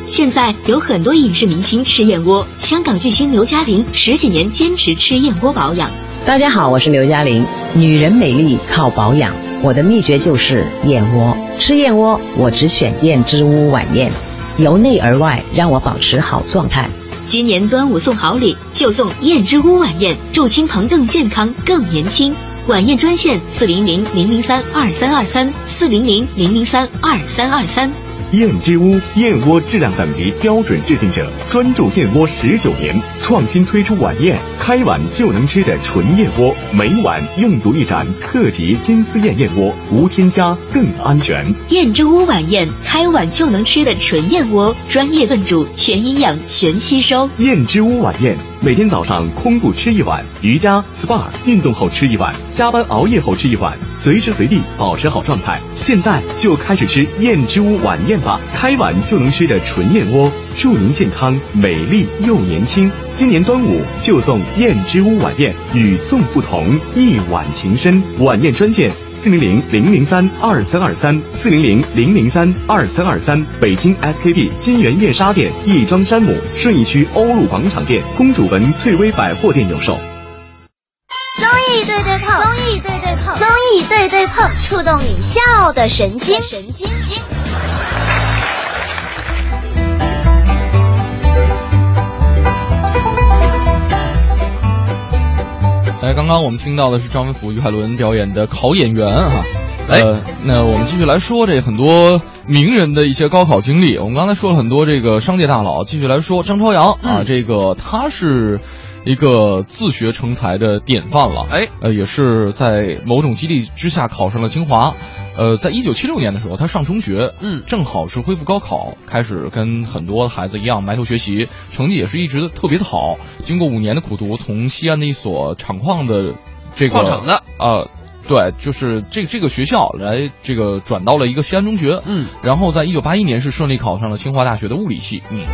Speaker 9: 现在有很多影视明星吃燕窝，香港巨星刘嘉玲十几年坚持吃燕窝保养。
Speaker 10: 大家好，我是刘嘉玲。女人美丽靠保养，我的秘诀就是燕窝。吃燕窝，我只选燕之屋晚宴，由内而外让我保持好状态。
Speaker 9: 今年端午送好礼，就送燕之屋晚宴，祝亲朋更健康、更年轻。晚宴专线四零零零零三二三二三四零零零零三二三二三。
Speaker 8: 燕之屋燕窝质量等级标准制定者，专注燕窝十九年，创新推出晚宴开碗就能吃的纯燕窝，每晚用足一盏特级金丝燕燕窝，无添加更安全。
Speaker 9: 燕之屋晚宴，开碗就能吃的纯燕窝，专业炖煮，全营养，全吸收。
Speaker 8: 燕之屋晚宴，每天早上空腹吃一碗，瑜伽、SPA、运动后吃一碗，加班熬夜后吃一碗，随时随地保持好状态。现在就开始吃燕之屋晚宴吧，开碗就能吃的纯燕窝，祝您健康、美丽又年轻。今年端午就送燕之屋晚宴，与众不同，一碗情深。晚宴专线。四零零零零三二三二三，四零零零零三二三二三。北京 SKP 金源燕莎店、亦庄山姆、顺义区欧陆广场店、公主坟翠微百货店有售。
Speaker 20: 综艺对对碰，综艺对对碰，综艺对对碰，触动你笑的神经，神经经。
Speaker 1: 哎，刚刚我们听到的是张文甫、于海伦表演的《考演员》哈。呃，那我们继续来说这很多名人的一些高考经历。我们刚才说了很多这个商界大佬，继续来说张朝阳啊，这个他是一个自学成才的典范了。哎，呃，也是在某种激励之下考上了清华。呃，在一九七六年的时候，他上中学，嗯，正好是恢复高考，开始跟很多孩子一样埋头学习，成绩也是一直特别的好。经过五年的苦读，从西安的一所厂矿的这个
Speaker 2: 矿场的
Speaker 1: 呃。对，就是这这个学校来这个转到了一个西安中学，嗯，然后在一九八一年是顺利考上了清华大学的物理系，嗯，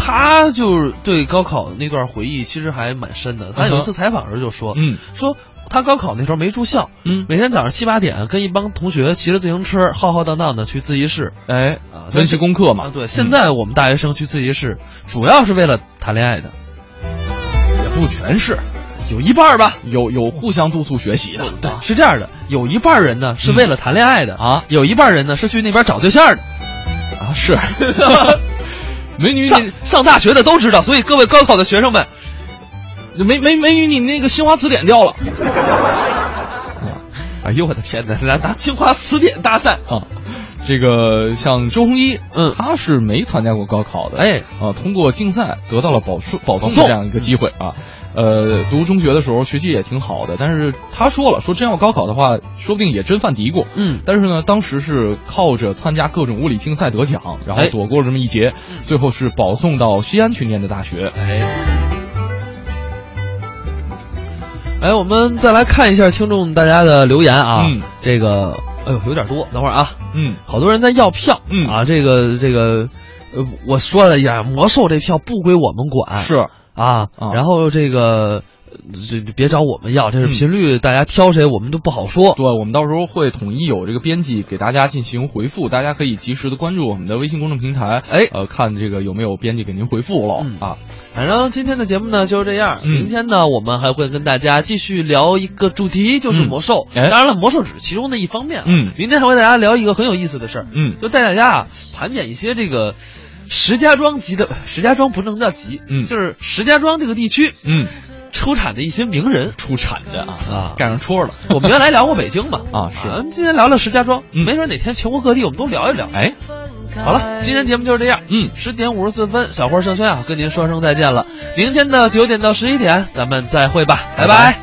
Speaker 2: 他就是对高考那段回忆其实还蛮深的。他有一次采访的时候就说，
Speaker 1: 嗯，
Speaker 2: 说他高考那时候没住校，
Speaker 1: 嗯，
Speaker 2: 每天早上七八点跟一帮同学骑着自行车浩浩荡荡的去自习室，
Speaker 1: 哎，
Speaker 2: 啊，
Speaker 1: 温习功课嘛嗯
Speaker 2: 啊对，现在我们大学生去自习室主要是为了谈恋爱的，哎
Speaker 1: 也不全是，有一半吧，有有互相督促学习的，
Speaker 2: 哦
Speaker 1: 嗯
Speaker 2: 对，是这样的，有一半人呢是为了谈恋爱的啊，有一半人呢是去那边找对象的，
Speaker 1: 啊 是，美女
Speaker 2: 上上大学的都知道，所以各位高考的学生们，
Speaker 1: 美美美女，你那个新华词典掉了。
Speaker 2: 哎呦我的天哪，拿拿清华词典搭讪
Speaker 1: 啊！这个像周鸿祎，嗯，他是没参加过高考的，哎，啊，通过竞赛得到了保送保送的这样一个机会啊。呃，读中学的时候学习也挺好的，但是他说了，说真要高考的话，说不定也真犯嘀咕。
Speaker 2: 嗯，
Speaker 1: 但是呢，当时是靠着参加各种物理竞赛得奖，然后
Speaker 2: 哎
Speaker 1: 躲过了这么一劫，最后是保送到西安去念的大学。
Speaker 2: 哎，哎，我们再来看一下听众大家的留言啊，这个哎呦有点多，等会儿啊，
Speaker 1: 嗯，
Speaker 2: 好多人在要票，嗯啊，这个这个，呃，我说了一下，魔兽这票不归我们管，
Speaker 1: 是
Speaker 2: 啊，然后这个。呃这这别找我们要，这是频率，大家挑谁我们都不好说。
Speaker 1: 对，我们到时候会统一有这个编辑给大家进行回复，大家可以及时的关注我们的微信公众平台，
Speaker 2: 哎，嗯
Speaker 1: 呃，看这个有没有编辑给您回复了、啊。
Speaker 2: 反正今天的节目呢就是这样，
Speaker 1: 嗯
Speaker 2: 明天呢我们还会跟大家继续聊一个主题，就是魔兽。
Speaker 1: 嗯哎
Speaker 2: 当然了，魔兽只是其中的一方面啊。
Speaker 1: 嗯
Speaker 2: 明天还会给大家聊一个很有意思的事儿，
Speaker 1: 嗯
Speaker 2: 就带大家啊盘点一些这个。石家庄级的，石家庄不能叫级，嗯，就是石家庄这个地区，
Speaker 1: 嗯，
Speaker 2: 出产的一些名人，
Speaker 1: 出产的啊，
Speaker 2: 啊
Speaker 1: 盖上戳了。
Speaker 2: 我们原来聊过北京嘛，
Speaker 1: 啊是嗯
Speaker 2: 咱们今天聊聊石家庄，没准哪天全国各地我们都聊一聊。
Speaker 1: 哎，
Speaker 2: 好了，今天节目就是这样。嗯，十点五十四分，小花盛轩啊，跟您说声再见了。明天的九点到十一点，咱们再会吧，拜拜